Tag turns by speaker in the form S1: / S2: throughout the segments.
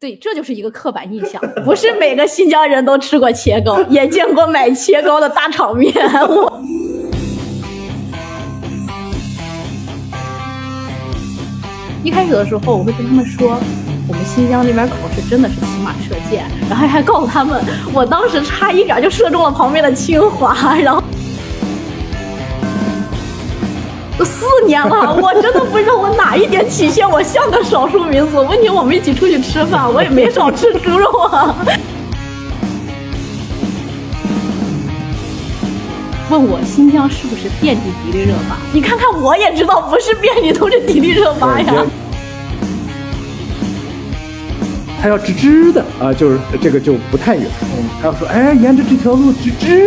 S1: 对，这就是一个刻板印象，不是每个新疆人都吃过切糕，也见过买切糕的大场面。我一开始的时候，我会跟他们说，我们新疆那边考试真的是骑马射箭，然后还告诉他们，我当时差一点就射中了旁边的清华，然后。四年 了，我真的不知道我哪一点体现我像个少数民族。问题我们一起出去吃饭，我也没少吃猪肉啊。问我新疆是不是遍地迪丽热巴？你看看我也知道不是遍地都是迪丽热
S2: 哎
S1: 巴呀。
S3: 他要直直的啊，就是这个就不太远。
S2: 嗯
S3: 他要说，哎，沿着这条路直直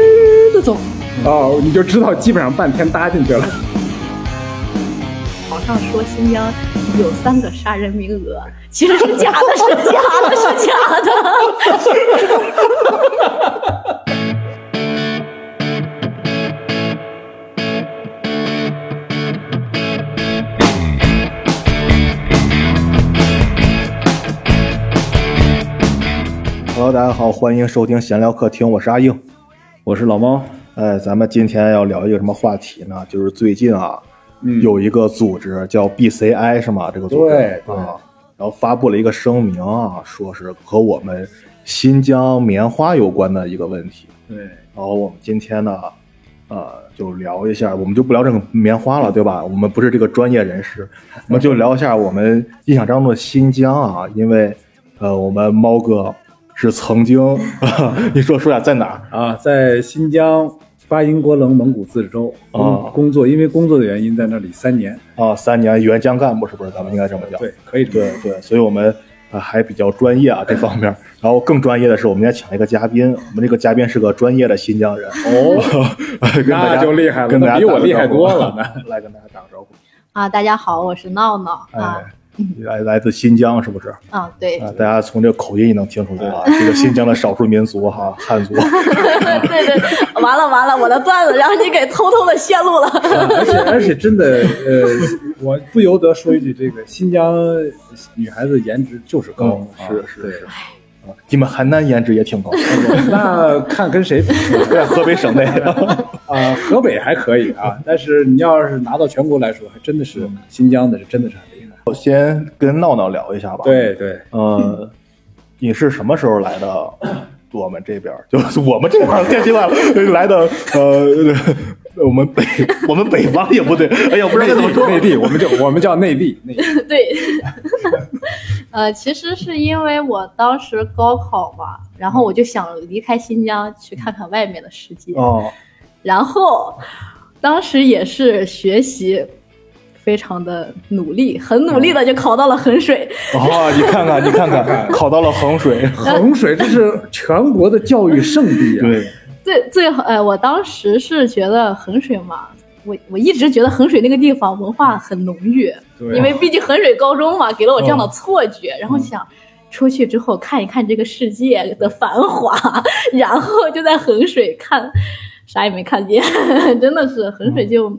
S3: 的走，哦，你就知道基本上半天搭进去了。
S1: 网上说新疆有三个杀人名额，其实是假的，是假的，是假的。
S2: Hello，大家好，欢迎收听闲聊客厅，我是阿硬，
S4: 我是老猫。
S2: 哎，咱们今天要聊一个什么话题呢？就是最近啊。
S3: 嗯
S2: 有一个组织叫 BCI 是吗？这个组织
S3: 对对
S2: 啊，然后发布了一个声明啊，说是和我们新疆棉花有关的一个问题。
S3: 对，
S2: 然后我们今天呢，呃，就聊一下，我们就不聊这个棉花
S3: 嗯
S2: 了，对吧？我们不是这个专业人士，我们就聊一下我们印象当中的新疆啊，因为呃，我们猫哥是曾经， 你说说一下在哪儿？
S3: 啊，在新疆巴音郭楞蒙古自治州
S2: 哦
S3: 工工作，因为工作的原因在那里三年。
S2: 啊，三年援疆干部是不是？咱们应该这么叫。
S3: 对，可以这么
S2: 对对，所以我们呃还比较专业啊这方面儿。
S3: 嗯
S2: 然后更专业的是，我们今天请了一个嘉宾，我们这个嘉宾是个专业的新疆人，
S3: 哦，
S2: 跟大家
S3: 那就厉害了
S2: 跟大家
S3: 那比我
S2: 打个
S3: 厉害
S2: 招呼啊
S3: 多了呢。
S2: 来跟大家打个招呼，
S1: 啊，大家好，我是闹闹啊
S2: 哎，来来自新疆是不是？
S1: 啊，对，
S2: 啊，大家从这个口音也能听出来啊，这个新疆的少数民族 哈，汉族。
S1: 对对，完了完了，我的段子让你给偷偷的泄 露了。
S3: 啊而 且而且真的，呃，我不由得说一句，这个新疆女孩子颜值就是高
S2: 嗯，
S3: 啊
S2: 是是
S3: 对
S2: 是你们邯郸颜值也挺高，
S3: 那看跟谁比
S2: 在河北省内。
S3: 啊？河北还可以啊，但是你要是拿到全国来说，还真的是新疆的是真的是很厉害。
S2: 我先跟闹闹聊一下吧。，
S3: 对对，
S2: 呃，你是什么时候来的？我们这边儿就是我们这边儿太奇怪了， 来的呃，我们北 我们北方也不对，哎呀，不知道该怎么说。
S3: 内地，我们就我们叫内地，内地
S1: 对，呃，其实是因为我当时高考嘛，然后我就想离开新疆去看看外面的世界，
S2: 哦，
S1: 然后当时也是学习。非常的努力，很努力的就考到了衡水，
S2: 哦，你看 看，你看看，考到了衡水，
S3: 衡水这是全国的教育圣地啊。
S2: 对，
S1: 最最呃，我当时是觉得衡水嘛，我我一直觉得衡水那个地方文化很浓郁，
S3: 对啊嗯
S1: 因为毕竟衡水高中嘛，给了我这样的错觉，然后想。出去之后看一看这个世界的繁华， 然后就在衡水看，啥也没看见， 真的是衡水就、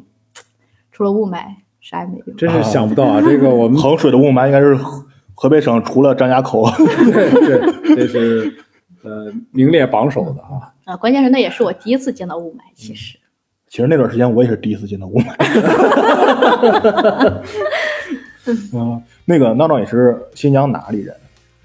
S1: 除了雾霾啥也没有。
S3: 真是想不到啊！嗯这个我们
S2: 衡水的雾霾应该是河河北省除了张家口，
S3: 对，这是呃名列榜首的 啊。
S1: 啊，关键是那也是我第一次见到雾霾，
S3: 嗯
S1: 其实。
S2: 其实那段时间我也是第一次见到雾 霾。嗯，那个闹闹也是新疆哪里人？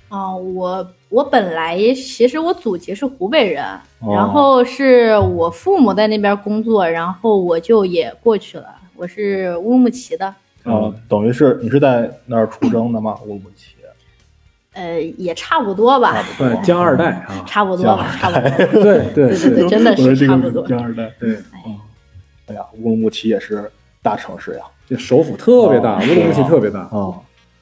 S1: 啊、我我本来其实我祖籍是湖北人，
S2: 哦
S1: 然后是我父母在那边工作，然后我就也过去了。我是乌鲁木齐的，
S2: 啊，等于是你是在那儿出生的吗？乌鲁木齐，
S1: 呃，也差不多吧，
S3: 呃，江二代啊，
S1: 差不多吧，差不多。
S3: 对对
S1: 对对对，真的
S2: 我
S1: 是
S2: 这
S1: 差不多
S2: 个。江二代。
S3: 对，
S2: 哎呀，乌鲁木齐也是大城市呀。
S3: 这首府特别大，
S2: 哦
S3: 乌鲁木齐特别 大。
S2: 啊，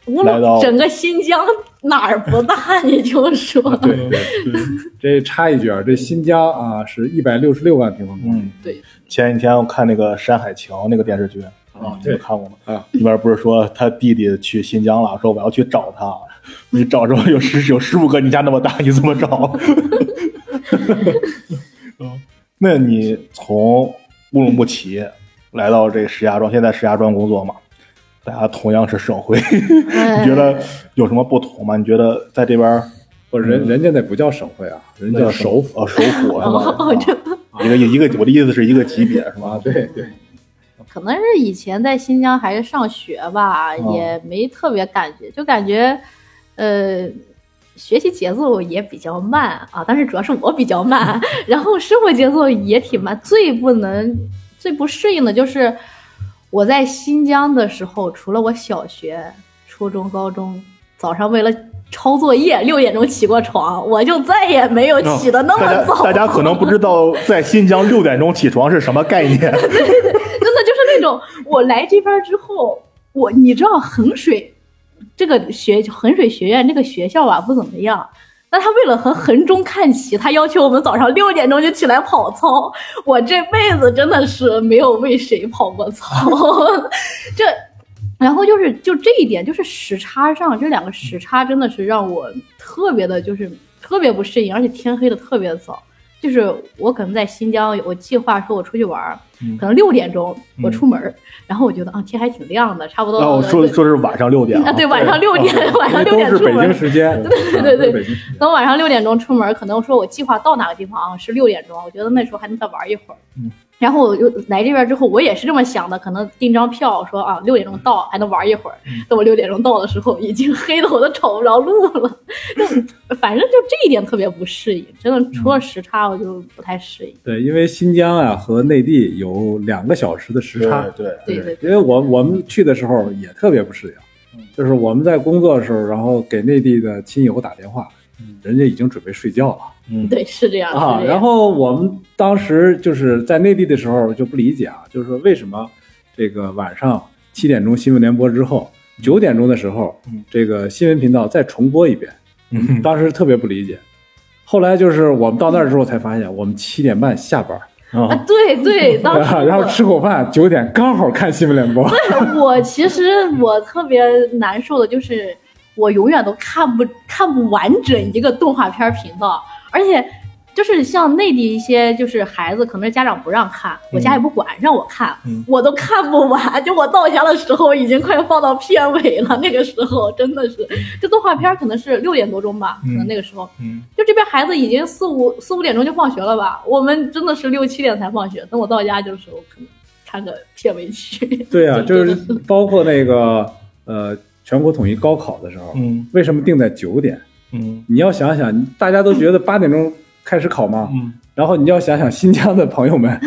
S1: 无
S2: 来到
S1: 论整个新疆哪儿不大，你就说。
S3: 对对对，这插一句啊，这新疆啊是一百六十六万平方公里
S2: 嗯，
S1: 对。
S2: 前几天我看那个《山海情》那个电视剧啊，你们
S3: 对
S2: 看过吗？
S3: 啊，
S2: 里边不是说他弟弟去新疆了，说我要去找他，你找着有十有十五个你家那么大，你怎么找？ 嗯那你从乌鲁木齐来到这石家庄，现在石家庄工作嘛？大家同样是省会， 你觉得有什么不同吗？你觉得在这边儿
S3: 不，人人家那不叫嗯省会啊，人家叫首府。
S2: 呃首府是吧？
S1: 哦，这
S2: 啊一个一个，我的意思是一个级别是吧？
S3: 啊对对，
S1: 可能是以前在新疆还是上学吧，
S2: 哦
S1: 也没特别感觉，就感觉，呃，学习节奏也比较慢啊，但是主要是我比较 慢，然后生活节奏也挺慢，最不能、最不适应的就是我在新疆的时候，除了我小学、初中、高中，早上为了。抄作业，六点钟起过床，我就再也没有起的那
S2: 哦大
S1: 么
S2: 家
S1: 早。
S2: 大家可能不知道，在新疆六点钟起床是什么 概念？啊
S1: 真的就是那种我来这边儿之后，我你知道衡水这个学衡水学院这个学校啊吧不怎么样，那他为了和衡中看齐，他要求我们早上六点钟就起来跑操。我这辈子真的是没有为谁跑过 操，这。然后就是就这一点，就是时差上这两个时差真的是让我特别的，就是特别不适应，而且天黑的特别早。就是我可能在新疆，我计划说我出去玩儿，
S2: 嗯
S1: 可能六点钟我
S2: 嗯
S1: 出门儿，然后我觉得啊天还挺亮的，差不多。
S2: 然后哦说
S1: 对
S2: 说是晚上六点
S1: 啊， 对，晚上六点，晚上
S3: 因
S1: 六
S3: 为
S1: 点
S3: 都是
S1: 出
S3: 北
S1: 门
S3: 京。时间，
S1: 对 对对
S3: 都是北京时间
S1: 等晚上六点钟出门，可能说我计划到哪个地方啊是六点钟，我觉得那时候还能再玩一会儿。
S2: 嗯。
S1: 然后我就来这边之后，我也是这么想的，可能订张票说啊六点钟到还能玩一会儿。
S3: 嗯
S1: 等我六点钟到的时候，已经黑的我都找不着路 了。就反正就这一点特别不适应，真的除了时差我就不太适应。
S3: 对，因为新疆啊和内地有两个小时的时差
S2: 对，对，
S1: 对对
S3: 因为我我们去的时候也特别不适应，就是我们在工作的时候，然后给内地的亲友打电话，人家已经准备睡觉了
S2: 嗯，
S1: 对，是这样。
S3: 嗯啊。
S1: 是这样
S3: 然后我们当时就是在内地的时候就不理解啊，就是说为什么这个晚上七点钟新闻联播之后，九点钟的时候
S2: 嗯，
S3: 这个新闻频道再重播一遍，
S2: 嗯
S3: 当时特别不理解。后来就是我们到那儿之后才发现，我们七点半下班，
S2: 嗯
S1: 啊，对对，当时
S3: 啊
S1: 我
S3: 然后吃口饭，九点刚好看新闻联播。
S1: 我其实我特别难受的就是，我永远都看不看不完整一个动画片频道，而且就是像内地一些就是孩子，可能是家长不让看，我家也不管，让我看，
S2: 嗯
S1: 我都看不完。就我到家的时候，已经快放到片尾了，那个时候真的是，这动画片可能是六点多钟吧，可能
S2: 嗯
S1: 那个时候。
S2: 嗯，
S1: 就这边孩子已经四五四五点钟就放学了吧？我们真的是六七点才放学。等我到家就是我可能看个片尾曲。
S3: 对啊，就
S1: 真的
S3: 是包括那个呃全国统一高考的时候，
S2: 嗯
S3: 为什么定在九点？
S2: 嗯
S3: 你要想想，大家都觉得八点钟开始考嘛，
S2: 嗯，
S3: 然后你要想想新疆的朋友们，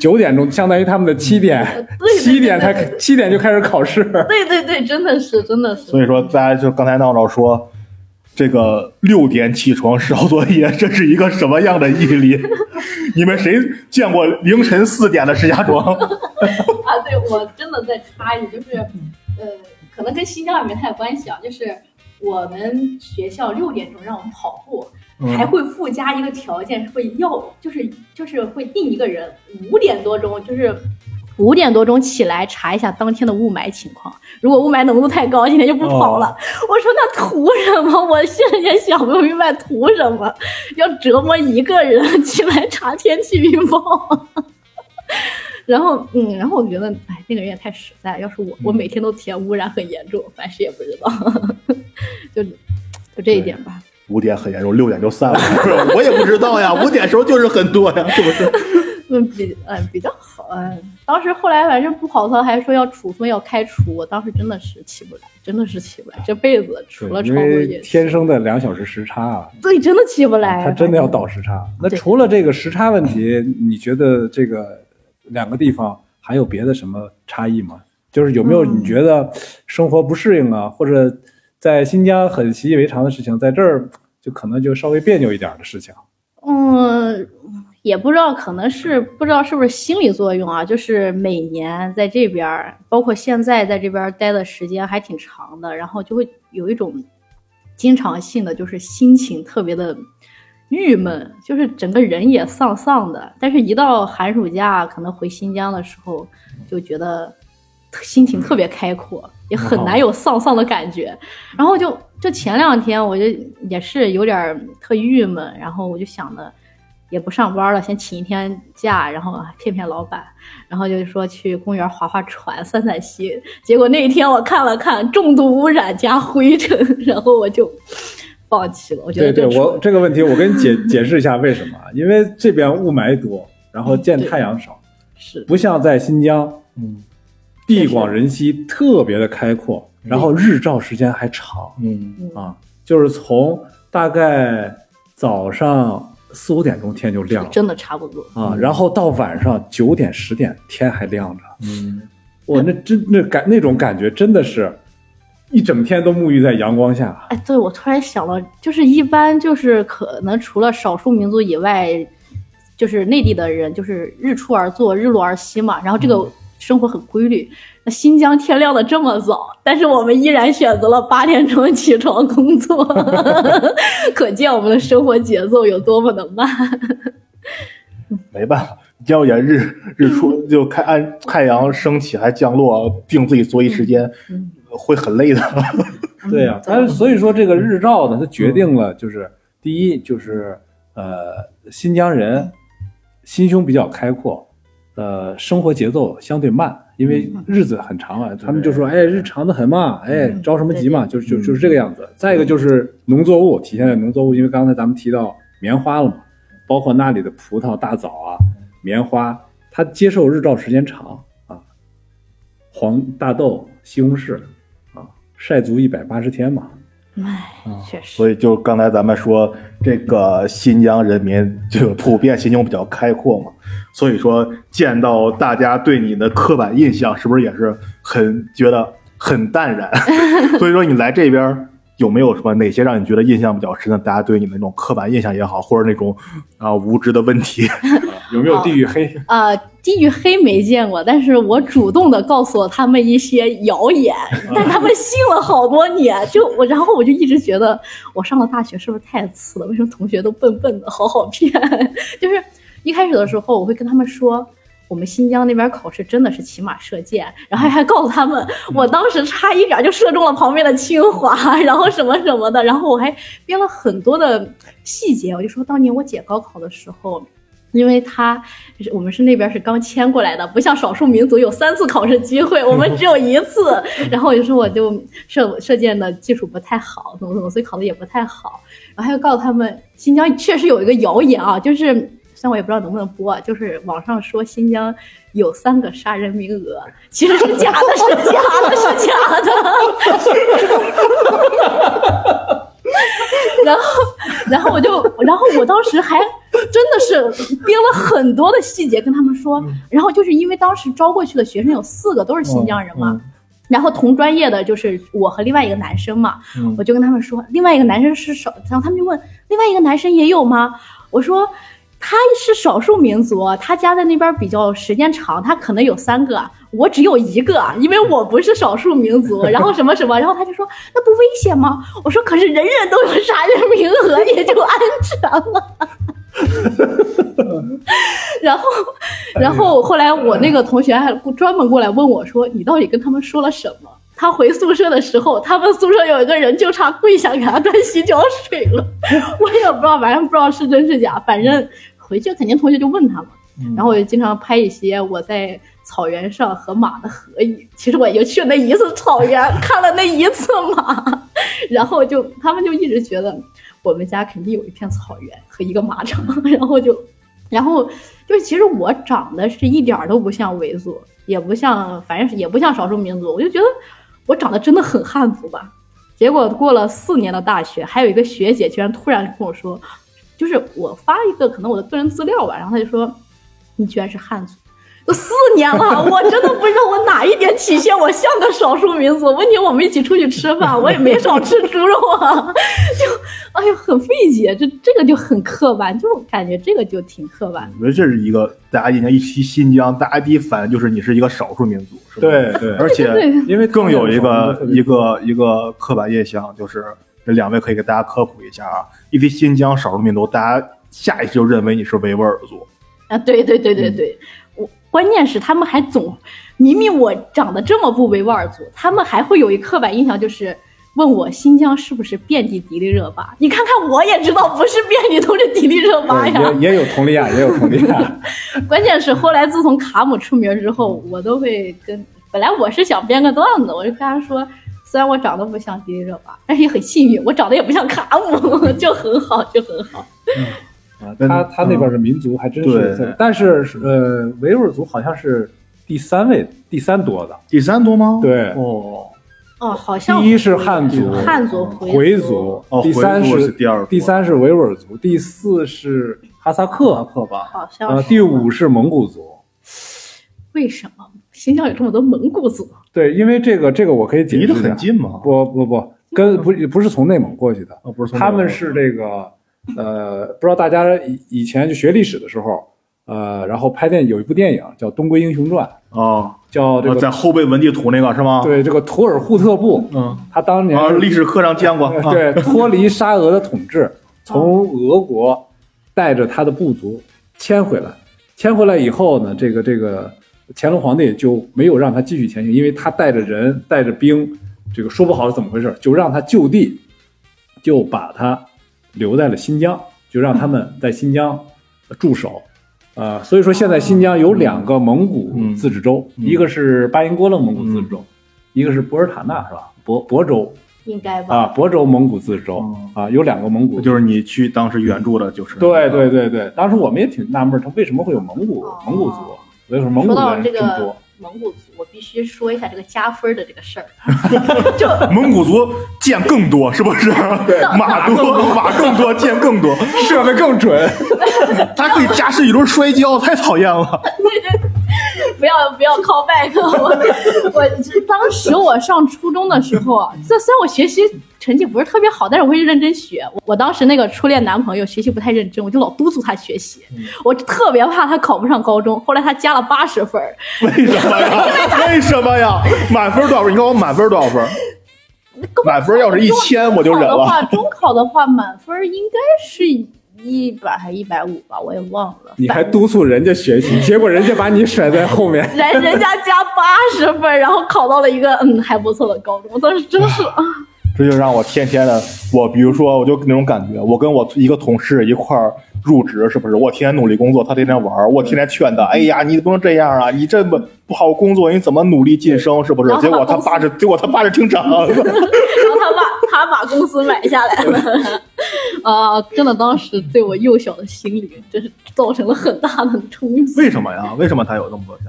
S3: 九点钟相当于他们的七 点，
S1: 嗯对
S3: 七点才七点就开始考试。
S1: 对对对，真的是，真的是。
S2: 所以说大家就刚才闹闹说，这个六点起床抄作业，这是一个什么样的毅力？你们谁见过凌晨四点的石家庄？
S1: 啊，对我真的在插一句，就是，呃，可能跟新疆也没太有关系啊，就是我们学校六点钟让我们跑步，
S3: 嗯
S1: 还会附加一个条件，会要就是就是会定一个人五点多钟，就是。五点多钟起来查一下当天的雾霾情况，如果雾霾浓度太高，今天就不跑了。我说那图什么？我现在也想不明白图什么，要折磨一个人起来查天气预报。 然后，嗯，然后我觉得，哎，那个人也太实在了。要是我，我每天都体验污染很严重，反正谁也不知道， 就就这一点吧。
S2: 五点很严重，六点就散了。 我也不知道呀，五点时候就是很多呀，是不是？
S1: 嗯，比嗯比较好。嗯，当时后来反正不跑操，还说要处分要开除，我当时真的是起不来，真的是起不来，这辈子除了
S3: 因
S1: 创作
S3: 为
S1: 业，
S3: 天生的两小时时差啊，
S1: 对，真的起不来，嗯
S3: 他真的要倒时差。那
S1: 对
S3: 除了这个时差问题，你觉得这个两个地方还有别的什么差异吗？就是有没有
S1: 嗯
S3: 你觉得生活不适应啊，或者在新疆很习以为常的事情，在这儿就可能就稍微别扭一点的事情？
S1: 嗯，也不知道，可能是不知道是不是心理作用啊，就是每年在这边儿，包括现在在这边儿待的时间还挺长的，然后就会有一种经常性的，就是心情特别的郁闷，就是整个人也丧丧的。但是，一到寒暑假，可能回新疆的时候，就觉得心情特别开阔，也很难有丧丧的感觉。然后就就前两天我就也是有点儿特郁闷，然后我就想的，也不上班了，先请一天假，然后骗骗老板，然后就说去公园划划船、散散心。结果那一天我看了看，重度污染加灰尘， 然后我就放弃了。我觉得
S3: 对对，
S1: 这
S3: 我这个问题我跟你解解释一下为什么啊，因为这边雾霾多，然后见
S1: 嗯对
S3: 太阳少，
S1: 是
S3: 不像在新疆，
S2: 嗯
S3: 地广人稀，特别的开阔，然后日照时间还长
S2: 嗯
S3: 啊，就是从大概早上四五点钟天就亮了
S1: 真的差不多。
S3: 啊，然后到晚上九点十点天还亮着，
S2: 嗯，
S3: 我那真那感那种感觉真的是，一整天都沐浴在阳光下，
S1: 哎，对，我突然想了，就是一般就是可能除了少数民族以外，就是内地的人就是日出而作，日落而息嘛，然后这
S3: 嗯
S1: 个生活很规律。那新疆天亮的这么早，但是我们依然选择了八点钟起床工作， 可见我们的生活节奏有多么的慢。
S2: 没办法，要也日 日出就看按太阳升起还降落，定自己作息时间，会很累的。
S1: 嗯
S3: 对呀、但是所以说这个日照呢，它决定了就是第一就是呃新疆人心胸比较开阔，呃生活节奏相对慢，因为日子很长啊，他们就说哎日长的很嘛，哎着什么急嘛，就就
S2: 嗯
S3: 就是这个样子。再一个就是农作物体现在农作物，因为刚才咱们提到棉花了嘛，包括那里的葡萄、大枣啊、棉花，它接受日照时间长啊，黄大豆、西红柿。啊晒足一百八十天嘛。
S1: 唉，
S3: 嗯
S1: 确实，
S2: 所以就刚才咱们说，这个新疆人民就普遍心胸比较开阔嘛，所以说见到大家对你的刻板印象，是不是也是很觉得很淡然？所以说你来这边儿有没有什么哪些让你觉得印象比较深的？大家对你那种刻板印象也好，或者那种啊无知的问题，
S3: 有没有地域黑？
S2: 啊
S1: 呃，地域黑没见过，但是我主动的告诉了他们一些谣言，但他们信了好多年。就我，然后我就一直觉得，我上了大学是不是太次了？为什么同学都笨笨的，好好骗？ 就是一开始的时候，我会跟他们说。我们新疆那边考试真的是骑马射箭，然后还告诉他们，我当时差一点就射中了旁边的清华，然后什么什么的，然后我还编了很多的细节，我就说当年我姐高考的时候，因为她我们是那边是刚迁过来的，不像少数民族有三次考试机会，我们只有一次。然后我就说我就射射箭的技术不太好，怎么怎么，所以考的也不太好。然后还要告诉他们，新疆确实有一个谣言啊，就是虽然我也不知道能不能播啊，就是网上说新疆有三个杀人名额，其实是假的，是假的，是假的。 然后，然后我就，然后我当时还真的是编了很多的细节跟他们说，然后就是因为当时招过去的学生有四个都是新疆人嘛。然后同专业的就是我和另外一个男生嘛，
S2: 嗯
S1: 我就跟他们说，另外一个男生是少，然后他们就问另外一个男生也有吗？我说他是少数民族，他家在那边比较时间长，他可能有三个，我只有一个，啊因为我不是少数民族。然后什么什么，然后他就说那不危险吗？我说可是人人都有杀人名额，也就安全了。 然后，然后后来我那个同学还专门过来问我说：“你到底跟他们说了什么？”他回宿舍的时候，他们宿舍有一个人就差跪下给他端洗脚水了。我也不知道，反正不知道是真是假，反正回去肯定同学就问他嘛。然后我就经常拍一些我在草原上和马的合影。其实我也就去了那一次草原，看了那一次马， 然后就他们就一直觉得我们家肯定有一片草原和一个马场， 然后就，然后就是其实我长得是一点儿都不像维族，也不像，反正是也不像少数民族，我就觉得我长得真的很汉族吧。结果过了四年的大学，还有一个学姐居然突然跟我说，就是我发一个可能我的个人资料吧，然后她就说你居然是汉族。都四年了，我真的不知道我哪一点体现我像个少数民族。问题我们一起出去吃饭，我也没少吃猪肉啊， 就哎呦很费解，这这个就很刻板，就感觉这个就挺刻板的。
S2: 我觉得这是一个大家印象一提新疆，大家第一反应就是你是一个少数民族，是吧？
S3: 对对，
S2: 而且
S1: 对
S3: 因为
S2: 更有一个
S3: 特别
S2: 一个一个刻板印象，就是这两位可以给大家科普一下啊。一提新疆少数民族，大家下意识就认为你是维吾尔族，
S1: 啊，对对对对
S3: 嗯
S1: 对，我关键是他们还总，明明我长得这么不维吾尔族，他们还会有一刻板印象，就是问我新疆是不是遍地迪丽热巴？你看看我也知道不是遍地都是迪丽热巴呀。
S3: 对，也也有佟丽娅，也有佟丽 娅。
S1: 关键是后来自从卡姆出名之后，我都会跟本来我是想编个段子，我就跟他说，虽然我长得不像迪丽热巴，但是也很幸运，我长得也不像卡姆， 就很好，就很好。
S3: 啊，他他
S2: 嗯
S3: 那边的民族还真是，
S2: 对
S3: 但是呃，维吾尔族好像是第三位、第三多的，
S2: 第三多吗？
S3: 对
S2: 哦
S1: 哦，好像嗯
S3: 第一是汉族
S1: 汉族、
S3: 回
S1: 族、
S3: 族
S2: 哦，
S3: 第三
S2: 回族
S3: 是
S2: 是第二多
S3: 第三是维吾尔族，第四是哈萨克，
S2: 克吧，
S1: 好像
S3: 呃，
S1: 是
S3: 第五是蒙古族。
S1: 为什么新疆有这么多蒙古族？
S3: 对，因为这个这个我可以解
S2: 离
S3: 释
S2: 得
S3: 一下
S2: 很。近吗？
S3: 不不不，跟不不是从内蒙过去的，
S2: 哦，不是从
S3: 他们
S2: 那儿
S3: 是这个，呃，不知道大家以以前就学历史的时候，呃，然后拍电有一部电影叫《东归英雄传
S2: 哦，》，
S3: 叫这
S2: 哦在
S3: 个
S2: 后背文地图那个是吗？，
S3: 对这个土尔扈特部，
S2: 嗯，
S3: 他当年
S2: 啊，
S3: 是
S2: 历史课上见过，啊，
S3: 对脱离沙俄的统治，从俄国带着他的部族迁回来，迁回来以后呢，这个这个乾隆皇帝就没有让他继续前行，因为他带着人带着兵，这个说不好是怎么回事，就让他就地就把他留在了新疆，就让他们在新疆驻守。呃，所以说现在新疆有两个蒙古自治州，
S2: 嗯
S3: 一个是巴音郭楞蒙古自治州，一个是博尔塔纳是吧？博博州，
S1: 应该吧？
S3: 啊，亳州蒙古自治州、
S2: 哦
S3: 啊，有两个蒙古。
S2: 就是你去当时援助的，就是
S3: 对对对对，当时我们也挺纳闷儿，他为什么会有蒙古、
S1: 哦
S3: 蒙古族？为什么蒙
S1: 说
S3: 古
S1: 到
S3: 人
S1: 这
S3: 这么
S1: 个
S3: 多？
S1: 蒙古族，我必须说一下这个加分的这个事 儿。就
S2: 蒙古族见更多，是不是？马多，马更多，见更多，
S3: 射的更准，
S2: 它可以加深一轮摔跤，太讨厌了。
S1: 不要不要 call back，我我这当时我上初中的时候啊，这虽然我学习成绩不是特别好，但是我会认真学。我我当时那个初恋男朋友学习不太认真，我就老督促他学习，
S2: 嗯
S1: 我特别怕他考不上高中。后来他加了八十分儿，
S2: 为什么呀？为什么呀？满分多少分？你告诉我满分多少分？满分要是一千我就忍了
S1: 中考的话，中考的话满分应该是一百还一百五吧，我也忘了。。
S3: 你还督促人家学习，结果人家把你甩在后面
S1: 人人家加八十分儿，然后考到了一个嗯还不错的高中，我当时真 是啊，
S2: 这就让我天天的，我比如说，我就那种感觉，我跟我一个同事一块儿入职，是不是？我天天努力工作，他天天玩儿，我天天劝他，哎呀，你不能这样啊，你这么不好好工作，你怎么努力晋升，是不是
S1: 然？后
S2: 结
S1: 他把
S2: 果他
S1: 公司
S2: 爸是，结果他爸是厅长，
S1: 然后他把他把公司买下来了，啊，真的当时对我幼小的心灵真是造成了很大的冲击。
S2: 为什么呀？为什么他有这么多家？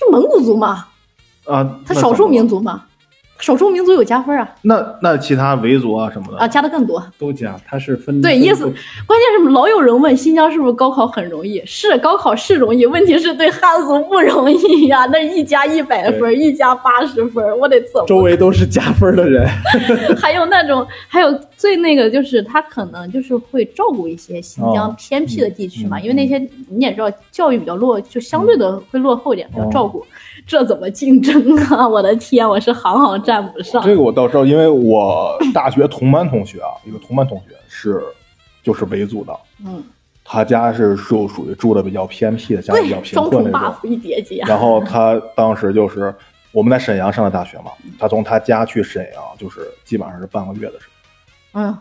S1: 这蒙古族嘛，
S2: 啊，
S1: 他
S2: 那
S1: 少数
S2: 怎么了
S1: 民族嘛，少数民族有加分啊，
S2: 那那其他维族啊什么的
S1: 啊，加的更多。
S3: 都讲他是分
S1: 对，
S3: 分
S1: 意思关键是老有人问新疆是不是高考很容易？是高考是容易，问题是对汉族不容易呀、那一加一百分儿，一加八十分儿，我得怎
S3: 周
S1: 么？
S3: 围都是加分的人，
S1: 还有那种，还有最那个就是他可能就是会照顾一些新疆
S2: 哦
S1: 偏僻的地区嘛，
S2: 嗯
S1: 因为那些你也知道教育比较落，就相对的会落后点，比较照顾。这怎么竞争啊？我的天，我是行行站不上。
S2: 这个我倒知道，因为我大学同班同学啊，一个同班同学是就是维族的，
S1: 嗯，
S2: 他家是属属于住的比较偏僻的，家里比较
S1: 对，
S2: 贫
S1: 双
S2: 困
S1: 重
S2: 那种
S1: buff。一叠加，
S2: 然后他当时就是我们在沈阳上的大学嘛，他从他家去沈阳就是基本上是半个月的时间，
S1: 嗯，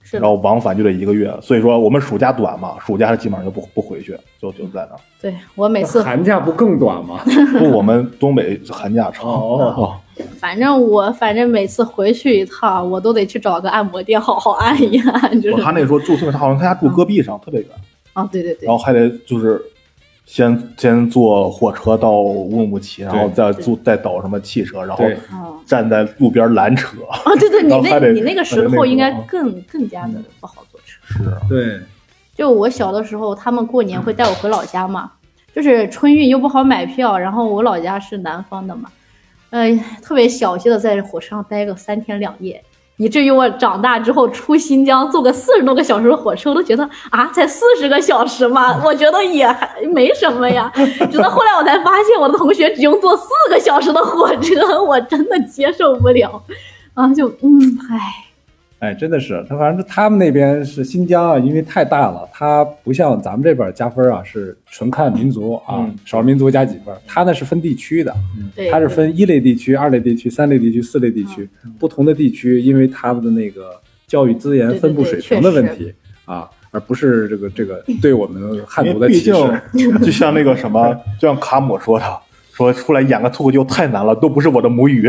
S1: 是
S2: 然
S1: 的，
S2: 后往返就得一个月，所以说我们暑假短嘛，暑假是基本上就不不回去，就就在 那儿。
S1: 对我每次
S3: 寒假不更短吗？
S2: 不，我们东北寒假长
S3: 哦，
S1: 反正我反正每次回去一趟，我都得去找个按摩店好好按一按，就是
S2: 我哦他那时候住特别，他好像他家住戈壁上，特别远。
S1: 啊，对对对
S2: 然，后还得就是先先坐火车到乌鲁木齐，然后再坐再倒什么汽车，然后
S3: 对
S1: 啊
S2: 站在路边拦车。
S1: 啊，对对，你
S2: 哦然后还
S1: 那
S2: 得
S1: 你那个时候应该
S2: 还得那哦
S1: 更更加的不好坐车。
S2: 是，
S3: 对，
S1: 就我小的时候，他们过年会带我回老家嘛，就是春运又不好买票，然后我老家是南方的嘛，呃，特别小心的在火车上待个三天两夜，以至于我长大之后出新疆坐个四十多个小时的火车，我都觉得啊，才四十个小时嘛，我觉得也还没什么呀。直到后来我才发现，我的同学只用坐四个小时的火车，我真的接受不了，啊，就嗯，唉，
S3: 哎，真的是，他反正他们那边是新疆啊，因为太大了，它不像咱们这边加分啊，是纯看民族啊，
S2: 嗯
S3: 少数民族加几分，它那是分地区的，
S1: 对，嗯
S3: 它是分一类地区、二类地区、三类地区、四类地区，不同的地区因为他们的那个教育资源
S1: 对对
S3: 分布
S1: 对
S3: 水平的
S1: 确
S3: 问
S1: 实
S3: 题啊，而不是这个这个对我们汉
S2: 因
S3: 族
S2: 为
S3: 的
S2: 毕
S3: 歧视
S2: 竟。嗯就像那个 什么，就像卡姆说的，说出来演个脱口秀太难了，都不是我的 母语。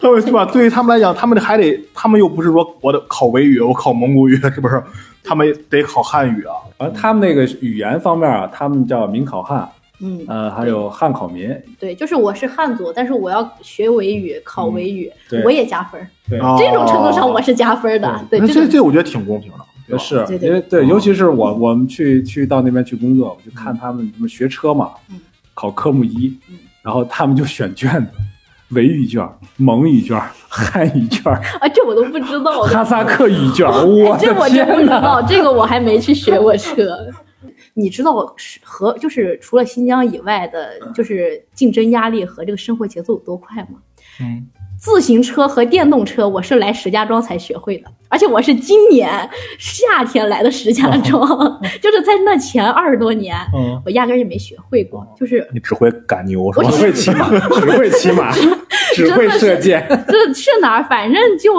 S2: 他们是吧？对于他们来讲，他们还得，他们又不是说我得考维语，我考蒙古语，是不是？他们得考汉语啊。
S3: 而他们那个语言方面啊，他们叫民考汉，
S1: 嗯，
S3: 呃，还有汉考民，
S1: 对，就是我是汉族，但是我要学维语，考维语，
S3: 对
S1: 我也加分儿。
S3: 对
S2: 哦
S1: 这种程度上我是加分儿的，对，
S2: 啊那
S1: 这
S2: 这
S1: 种
S2: 这我觉得挺公平的，对吧
S3: 是
S1: 对对哦
S3: 因为对，
S2: 嗯
S3: 尤其是我我们去去到那边去工作，我就看他们什么学车嘛，
S1: 嗯
S3: 考科目一
S1: 嗯，
S3: 然后他们就选卷子，维语卷、蒙语卷、汉语卷、
S1: 啊，这我都不知道 的
S3: 哈萨克语 卷，我
S1: 这
S3: 的
S1: 我真不
S3: 天
S1: 知
S3: 哪！
S1: 道，这个我还没去学过车。你知道是和就是除了新疆以外的，就是竞争压力和这个生活节奏有多快吗？
S2: 嗯，
S1: 自行车和电动车，我是来石家庄才学会的，而且我是今年夏天来的石家庄， 就是在那前二十多年，
S2: 嗯，
S1: 我压根儿也没学会过，就是
S2: 你只会赶牛是
S3: 只
S2: 吧？
S3: 会骑马，只会骑马，只会射箭。
S1: 这去哪儿，反正就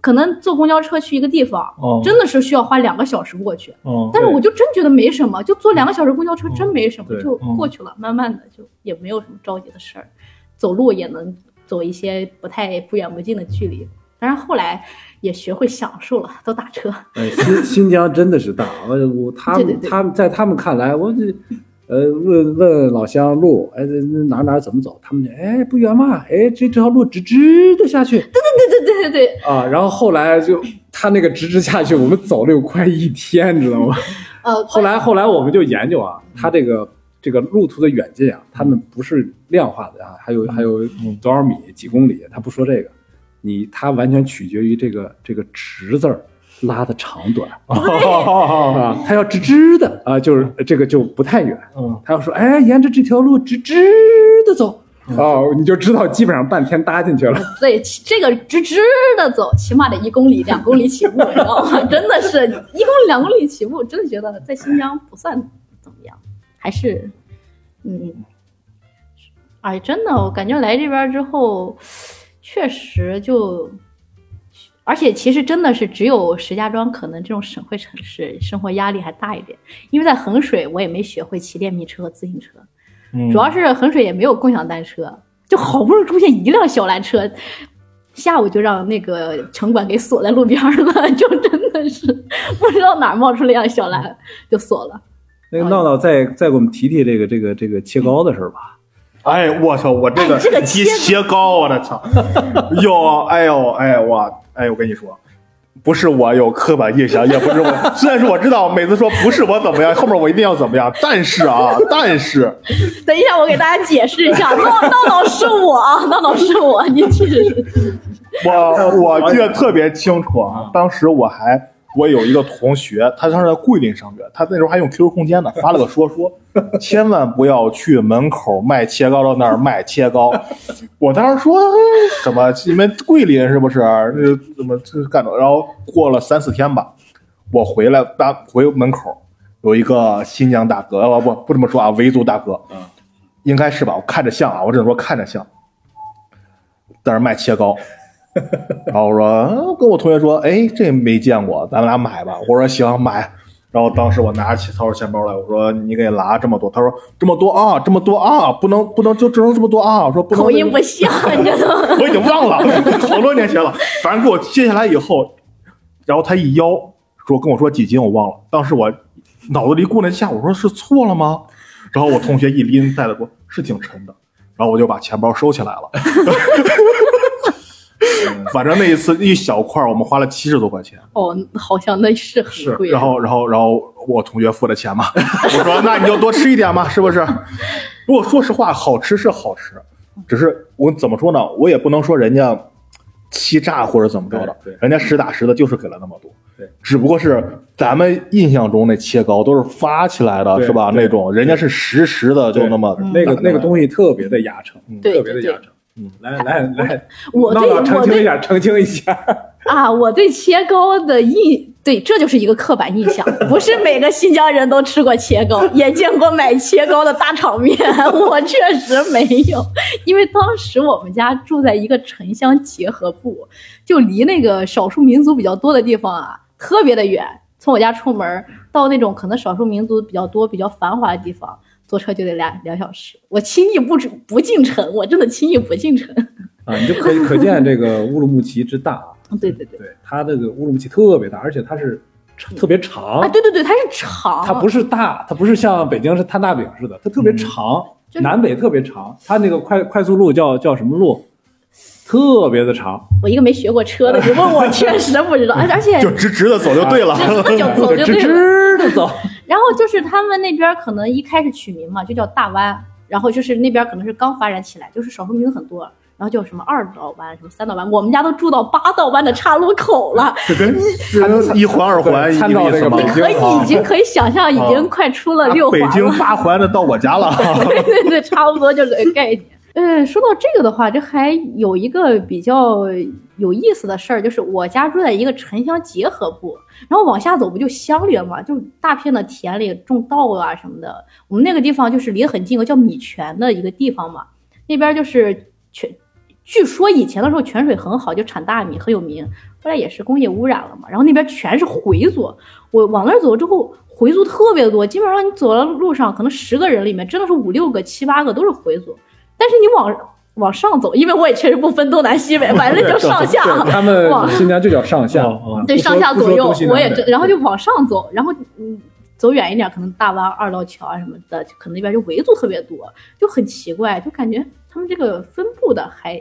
S1: 可能坐公交车去一个地方，
S2: 哦
S1: 真的是需要花两个小时过
S3: 哦
S1: 去。
S2: 嗯
S1: 但是我就真觉得没什么，就坐两个小时公交车真没什么，
S3: 对哦
S1: 就过去了，慢慢的就也没有什么着急的事儿，走路也能走一些不太不远不近的距离。当然后来也学会享受了，都打车。
S3: 哎，新新疆真的是大，我我他
S1: 对
S3: 们
S1: 对对
S3: 他们在他们看来，我这呃问问老乡路，哎这这哪儿哪儿怎么走？他们就哎不远嘛，哎这这条路直直的下去
S1: 对对对对，
S3: 啊，然后后来就他那个直直下去，我们走了有快一天，你知道吗？
S1: 呃，
S3: 后来后来我们就研究啊，他这个这个路途的远近啊，他们不是量化的啊，还有还有多少米几公里，他不说这个，你他完全取决于这个这个直字儿拉的长短。
S2: 哦
S5: 啊，他要直直的啊，就是这个就不太远。
S2: 嗯，
S5: 他要说，哎，沿着这条路直直的走，哦，你就知道基本上半天搭进去了。
S1: 对，起这个直直的走，起码得一公里、两公里起步，你知道 吗？真的是一公里、两公里起步，真的觉得在新疆不算怎么样，还是，嗯，哎，真的，我感觉来这边之后，确实就，而且其实真的是只有石家庄可能这种省会城市生活压力还大一点，因为在衡水我也没学会骑电瓶车和自行车，
S2: 嗯
S1: 主要是衡水也没有共享单车，就好不容易出现一辆小蓝车，下午就让那个城管给锁在路边儿了， 就真的是不知道哪儿冒出了一辆小蓝就锁了。
S3: 那个闹闹再再给我们提提这个这个这个切糕的事儿吧。
S2: 哎，我操，我这个
S1: 哎这个
S2: 斜
S1: 切
S2: 斜高，啊我的操！哟，哎呦，哎我，哎我跟你说，不是我有刻板印象，也不是我， 虽然说我知道每次说不是我怎么样，后面我一定要怎么样，但是啊，但是
S1: 等一下，我给大家解释一下，闹闹闹是我，啊，闹闹是我，你去
S2: 我我记得特别清楚啊，当时我还我有一个同学，他当时在桂林上学，他那时候还用 QQ 空间呢，发了个说 说，千万不要去门口卖切糕的那儿卖切 糕。我当时说哎什么你们桂林是不是？那怎么这干的？然后过了三四天吧，我回来大回门口有一个新疆大哥，啊不不这么说啊，维族大哥，
S3: 嗯，
S2: 应该是吧？我看着像啊，我只能说看着像，在那儿卖切糕。然后我说，嗯跟我同学说，哎，这没见过，咱俩买吧。我说行，买。然后当时我拿起掏出钱包来，我说你给拿这么多，他说这么多啊，这么多啊，不能不能就只能这么多啊。我说不能，
S1: 口音不像，你知道吗？
S2: 我已经忘了，好多年前了。反正给我接下来以后，然后他一邀说跟我说几斤，我忘了。当时我脑子里过了一下，我说是错了吗？然后我同学一拎袋子说，是挺沉的。然后我就把钱包收起来了。 嗯反正那一次一小块儿，我们花了七十多块钱。
S1: 哦，好像那是很贵。
S2: 然后，然后，然后我同学付的钱嘛， 我说那你就多吃一点嘛，是不是？ 如果说实话，好吃是好吃，只是我怎么说呢？我也不能说人家欺诈或者怎么着的
S3: 对对，
S2: 人家实打实的就是给了那么多。
S3: 对，
S2: 只不过是咱们印象中那切糕都是发起来的，
S3: 对
S2: 是吧？
S3: 对嗯
S2: 那种人家是实时的，就那么
S3: 那个
S2: 打
S3: 那个东西特别的压成，
S1: 对
S3: 特别的
S1: 对
S3: 压成。嗯，来来来，
S1: 我
S3: 闹
S1: 对
S3: 闹澄
S1: 我
S3: 清一
S1: 对
S3: 下，澄清一下。
S1: 啊，我对切糕的印，对，这就是一个刻板印象，不是每个新疆人都吃过切糕，也见过买切糕的大场面， 我确实没有，因为当时我们家住在一个城乡结合部，就离那个少数民族比较多的地方啊，特别的远，从我家出门到那种可能少数民族比较多、比较繁华的地方，坐车就得俩两小时，我轻易不止不进城，我真的轻易不进城，
S3: 啊，你就可以可见这个乌鲁木齐之大啊。
S1: 对对对。
S3: 对，它这个乌鲁木齐特别大，而且它是长特别长，
S1: 啊，对对对，它是长，
S3: 哦它不是大，它不是像北京是摊大饼似的，它特别长，
S1: 就是
S3: 南北特别长。它那个快快速路叫叫什么路？特别的长，
S1: 我一个没学过车的，你问我确实不知道，而而且
S2: 就直直的走就对了。
S3: 啊
S1: 这就走就
S3: 直
S1: 对了。
S3: 直 的走。
S1: 然后就是他们那边可能一开始取名嘛，就叫大湾，然后就是那边可能是刚发展起来，就是少数民族很多，然后就有什么二道湾、什么三道湾，我们家都住到八道湾的岔路口 了，
S2: 这跟一环二环一
S3: 参照
S2: 个意
S3: 这
S2: 思
S3: 个
S2: 吗
S3: 北？京
S1: 可以已
S3: 啊，
S1: 经可以想象，已经快出了六环
S2: 啊北
S1: 了。
S2: 京八环的到我家 了，
S1: 对对对，差不多就这个概念。嗯，说到这个的话，这还有一个比较有意思的事儿，就是我家住在一个城乡结合部，然后往下走不就乡里了嘛，就是大片的田里种稻啊什么的。我们那个地方就是离得很近，有个叫米泉的一个地方嘛，那边就是泉，据说以前的时候泉水很好，就产大米很有名，后来也是工业污染了嘛，然后那边全是回族，我往那儿走之后，回族特别多，基本上你走到路上，可能十个人里面真的是五六个、七八个都是回族。但是你往往上走，因为我也确实不分东南西北，反正就上下啊。
S3: 他们
S1: 哇
S3: 新疆就叫上下
S2: 哦
S3: 啊，
S1: 对
S3: 不说
S1: 上下左右
S3: 不说东西，南
S1: 我也
S3: 北
S1: 这，然后就往上走，然后嗯，走远一点，可能大湾、二道桥啊什么的，可能那边就维族特别多，就很奇怪，就感觉他们这个分布的还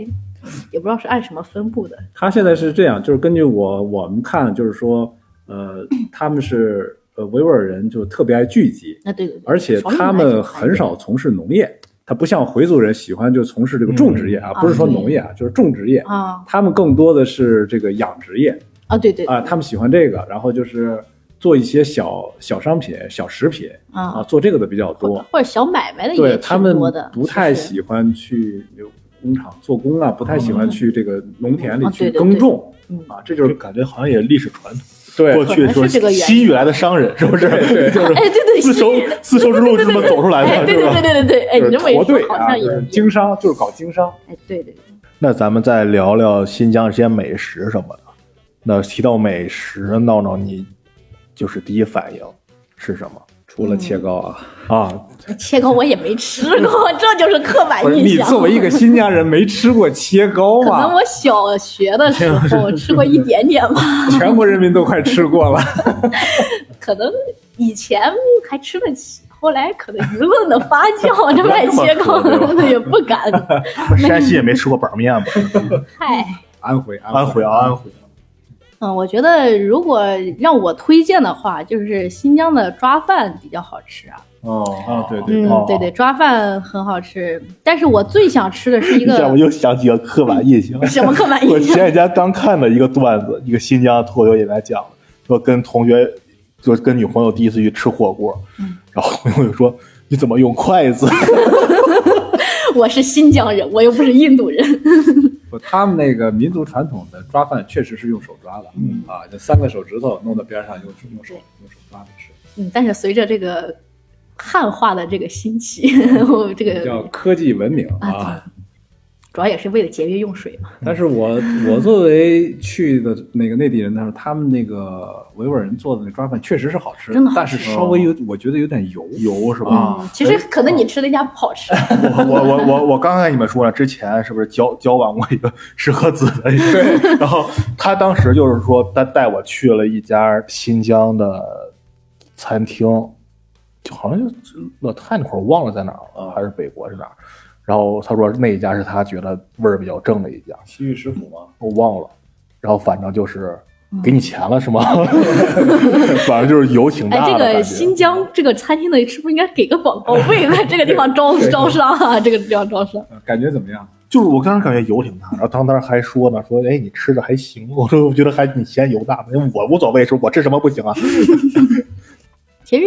S1: 也不知道是按什么分布的，
S3: 他现在是这样，就是根据我我们看，就是说，呃，他们是呃维吾尔人就特别爱聚集，
S1: 啊对对对，
S3: 而且
S1: 朝鲜
S3: 他
S1: 来
S3: 们
S1: 讲
S3: 很少从事农业，他不像回族人喜欢就从事这个种植业啊，
S1: 嗯
S3: 不是说
S1: 啊对
S3: 农业啊，就是种植业，
S1: 啊
S3: 他们更多的是这个养殖业
S1: 啊对对
S3: 啊、他们喜欢这个，然后就是做一些小小商品、小食品啊，
S1: 啊，
S3: 做这个的比较
S1: 或
S3: 多。
S1: 或者小买卖的
S3: 对
S1: 也
S3: 他
S1: 挺
S3: 们
S1: 多的，
S3: 不太
S1: 其实
S3: 喜欢去工厂做工啊，不太喜欢去这个农田里
S1: 啊
S3: 去
S1: 对对
S3: 耕种
S1: 嗯
S3: 啊，这就是
S2: 感觉好像也历史传统。
S3: 对
S2: 过去说西域来的商人是 不是？
S3: 对
S2: 就是
S1: 哎对对，
S2: 丝绸
S1: 西域的
S2: 丝绸之路是这么走出来
S1: 哎
S2: 的，
S1: 对
S2: 是
S1: 对
S2: 吧
S1: 对？对对对，哎
S3: 就
S1: 你
S3: 是
S1: 这么一
S3: 驼队
S1: 说好
S3: 啊，
S1: 像也
S3: 就是
S1: 有
S3: 经商就是搞经商。
S1: 哎对对对，
S2: 那咱们再聊聊新疆这些美食什么的。那提到美食，闹闹你就是第一反应是什么
S3: 除了
S1: 嗯
S3: 切糕啊，
S2: 啊？
S1: 切糕我也没吃 过，这就是刻板
S3: 不是
S1: 印
S3: 你
S1: 象。
S3: 作为 一个新疆人，没吃过切糕
S1: 可能
S3: 吗？
S1: 我小学的时 候吃过一点点吧，
S3: 全国人民都快吃过了。
S1: 可能以前还吃得起，后来可能舆论的发酵，这卖切 糕的也不敢。
S2: 山西也没吃过板面吧？
S1: 嗨，
S3: 安徽，
S2: 安徽啊，安徽，
S1: 嗯，我觉得如果让我推荐的话，就是新疆的抓饭比较好吃啊。
S2: 哦啊，对对
S1: 嗯，对对，抓饭很好吃，但是我最想吃的是一
S2: 一 下我
S1: 个
S2: 又想起个刻板印 象。
S1: 什么刻板
S2: 我
S1: 印象
S2: 前几天刚看了一个段子，一个新疆脱口秀演员讲，说跟同学，就跟女朋友第一次去吃火锅，
S1: 嗯
S2: 然后我就说你怎么用筷子？
S1: 我是新疆人，我又不是印度人。
S3: 不他们那个民族传统的抓饭确实是用手抓的，嗯啊，就三个手指头弄到边上，用手用手用手抓着吃，
S1: 嗯，但是随着这个汉化的这个兴起， 我这
S3: 叫
S1: 个
S3: 科技文明啊。
S1: 主要也是为了节约用水嘛。
S3: 但是我我作为去的那个内地人，他说他们那个维吾尔人做的那抓饭确实是好吃，
S1: 真的好
S3: 但是稍微有我觉得有点油啊油是
S2: 吧
S1: 嗯，其实可能你吃的一家不好吃，
S2: 我我我我刚才你们说了，之前是不是交交往过一个石河子的？对，然后他当时就是说，他带我去了一家新疆的餐厅，就好像就乐泰那会儿我忘了在哪儿了，还是北国是哪儿？然后他说那一家是他觉得味儿比较正的一家，
S3: 西域食府嘛，
S2: 我忘了。然后反正就是
S1: 嗯
S2: 给你钱了是吗？ 反正就是油挺
S1: 哎
S2: 大，的
S1: 这
S2: 感觉。
S1: 个新疆这个餐厅的是不是应该给个广告位在这个地方招招商啊？这个地方招商，
S3: 呃感觉怎么样？
S2: 就是我当时感觉油挺大，然后当时还说呢，说哎你吃着还行， 我说我觉得还你嫌油大吧，因为我无所谓，说我吃什么不行啊？
S1: 嗯其实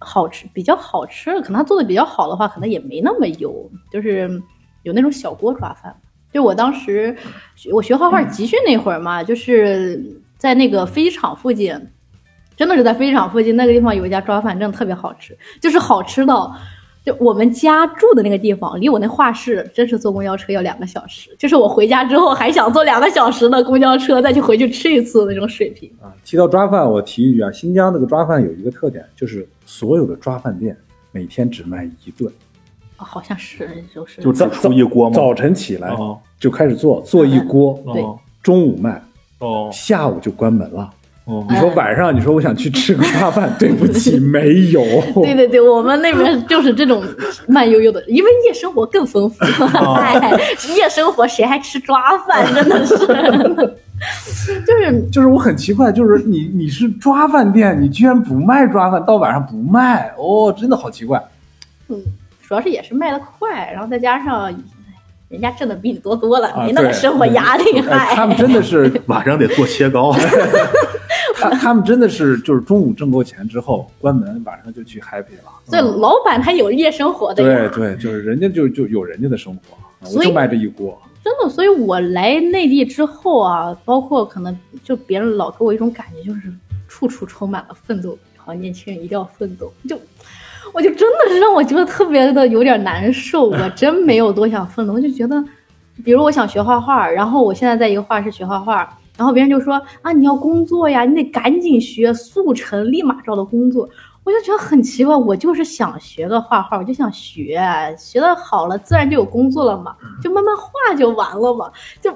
S1: 好吃比较好吃，可能他做的比较好的话，可能也没那么油，就是有那种小锅抓饭。就我当时学我学画画集训那会儿嘛，就是在那个飞机场附近，真的是在飞机场附近那个地方有一家抓饭，真的特别好吃，就是好吃到。就我们家住的那个地方，离我那画室真是坐公交车要两个小时，就是我回家之后还想坐两个小时的公交车再去回去吃一次那种水平。
S3: 啊，提到抓饭，我提一句啊，新疆那个抓饭有一个特点，就是所有的抓饭店每天只卖一顿，
S1: 啊好像是就是
S2: 就只出一锅吗？啊
S3: 早晨起来
S6: 哦
S3: 就开始做，做一锅，
S1: 对
S6: 哦
S3: 中午卖，
S6: 哦
S3: 下午就关门了。
S2: 嗯
S6: 哦
S1: 哎
S3: 你说晚上，你说我想去吃个抓饭，对不 起，没有。
S1: 对对对，我们那边就是这种慢悠悠的，因为夜生活更丰富。
S3: 哦
S1: 哎，夜生活谁还吃抓饭？真的是， 就是
S3: 就是我很奇怪，就是你你是抓饭店，你居然不卖抓饭，到晚上不卖，哦，真的好奇怪。
S1: 嗯，主要是也是卖的快，然后再加上人家挣的比你多多了，
S3: 啊
S1: 没那
S3: 对
S1: 个生活压力。
S3: 哎，他
S1: 嗨，
S3: 们真的是，
S2: 晚上得做切 糕，
S3: 他他们真的是，就是中午挣够钱之后关门，晚上就去 happy 了。嗯
S1: 所以老板他有夜生活的呀。
S3: 对对，就是人家就就有人家的生活，啊我
S1: 所以
S3: 就卖这一锅。
S1: 真的，所以我来内地之后啊，包括可能就别人老给我一种感觉，就是处处充满了奋斗，好像年轻人一定要奋斗，就我就真的是让我觉得特别的有点难受。我真没有多想奋斗，我就觉得，比如我想学画画，然后我现在在一个画室学画画。然后别人就说啊，你要工作呀，你得赶紧学速成，立马找到工作。我就觉得很奇怪，我就是想学个画画，我就想学，学的好了自然就有工作了嘛，就慢慢画就完了嘛，就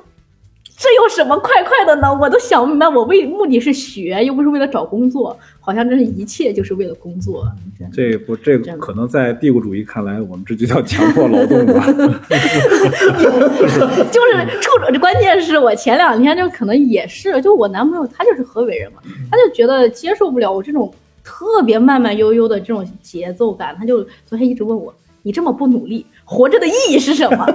S1: 这有什么快快的呢？我都想不明白，我为目的是学，又不是为了找工作，好像真是一切就是为了工作。
S3: 这不，这
S1: 真
S3: 个
S1: 的
S3: 可能在帝国主义看来，我们这就叫强迫劳动吧。
S1: 就是处着，关键是我前两天就可能也是，就我男朋友他就是河北人嘛，他就觉得接受不了我这种特别慢慢悠悠的这种节奏感，他就昨天一直问我，你这么不努力，活着的意义是什么？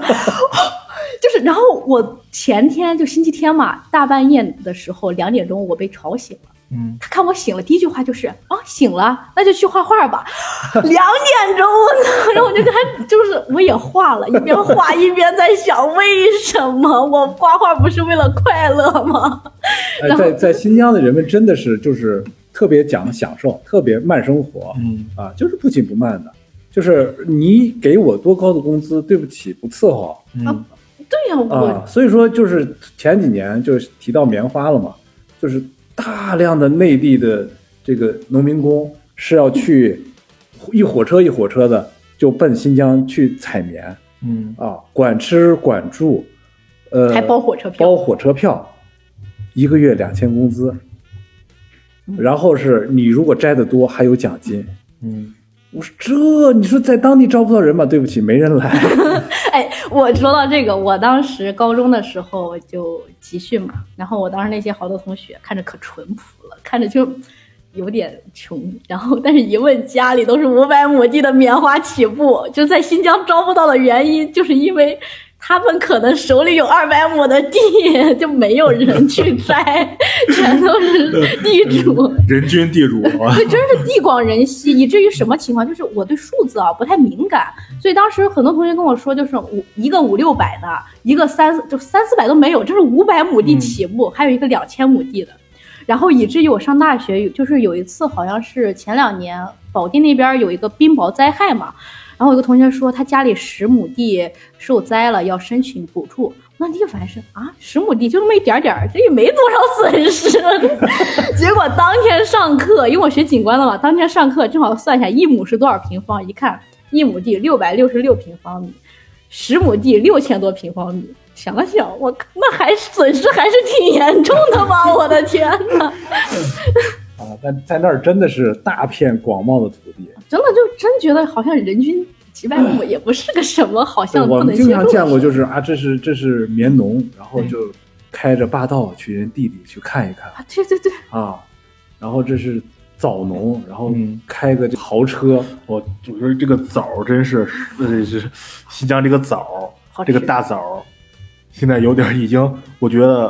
S1: 就是，然后我前天就星期天嘛，大半夜的时候两点钟我被吵醒了。
S6: 嗯，
S1: 他看我醒了，第一句话就是啊，醒了，那就去画画吧。 两点钟呢，然后我就跟他就是我也画了，一边画一边在想，为什么我画画不是为了快乐吗？
S3: 哎，
S1: 然后
S3: 在在新疆的人们真的是就是特别讲享受，特别慢生活，
S6: 嗯
S3: 啊，就是不紧不慢的，就是你给我多高的工资，对不起，不伺候
S6: 嗯
S1: 对呀、
S3: 啊
S1: 我。
S3: 所以说，就是前几年就是提到棉花了嘛，就是大量的内地的这个农民工是要去一火车一火车的就奔新疆去采棉
S6: 嗯
S3: 啊，管吃管住，呃，
S1: 还包火车票
S3: 包，火车票，一个月两千工资，
S1: 嗯
S3: 然后是你如果摘的多还有奖金。
S6: 嗯
S3: 我说这你说在当地招不到人吧？对不起，没人 来。
S1: 哎，我说到这个，我当时高中的时候就集训嘛，然后我当时那些好多同学看着可淳朴了，看着就有点穷，然后但是一问家里都是五百亩地的棉花起步，就在新疆招不到的原因，就是因为他们可能手里有二百亩的地， 就没有人去摘，全都是地主。
S2: 人均地主 啊。
S1: 对，真是地广人稀，以至于什么情况？就是我对数字啊不太敏感，所以当时很多同学跟我说，就是五一个五六百的，一个三就三四百都没有，这是五百亩地起步，还有一个两千亩地的。然后以至于我上大学，就是有一次好像是前两年保定那边有一个冰雹灾害嘛，然后有个同学说他家里十亩地受灾了，要申请补助。那第一个反应是啊，十亩地就那么一点点儿，这也没多少损失。 结果当天上课，因为我学景观的嘛，当天上课正好算一下一亩是多少平方，一看一亩地六百六十六平方米，十亩地六千多平方米。想了想，我靠那还损失还是挺严重的吧？我的天呐！
S3: 啊，但在那儿真的是大片广袤的土地，
S1: 真的就真觉得好像人均几百亩也不是个什么，好像
S3: 哎我
S1: 不
S3: 们
S1: 能
S3: 经
S1: 接
S3: 常
S1: 受。
S3: 见过，就是啊，这是这是棉农，
S1: 嗯
S3: 然后就开着霸道去人地里去看一看
S1: 啊，对对对，
S3: 啊，然后这是枣农，然后
S6: 嗯
S3: 开个 豪车，
S2: 我我说这个枣儿真是，呃，是新疆这个枣儿
S1: 好，吃
S2: 这个大枣儿，现在有点已经，我觉得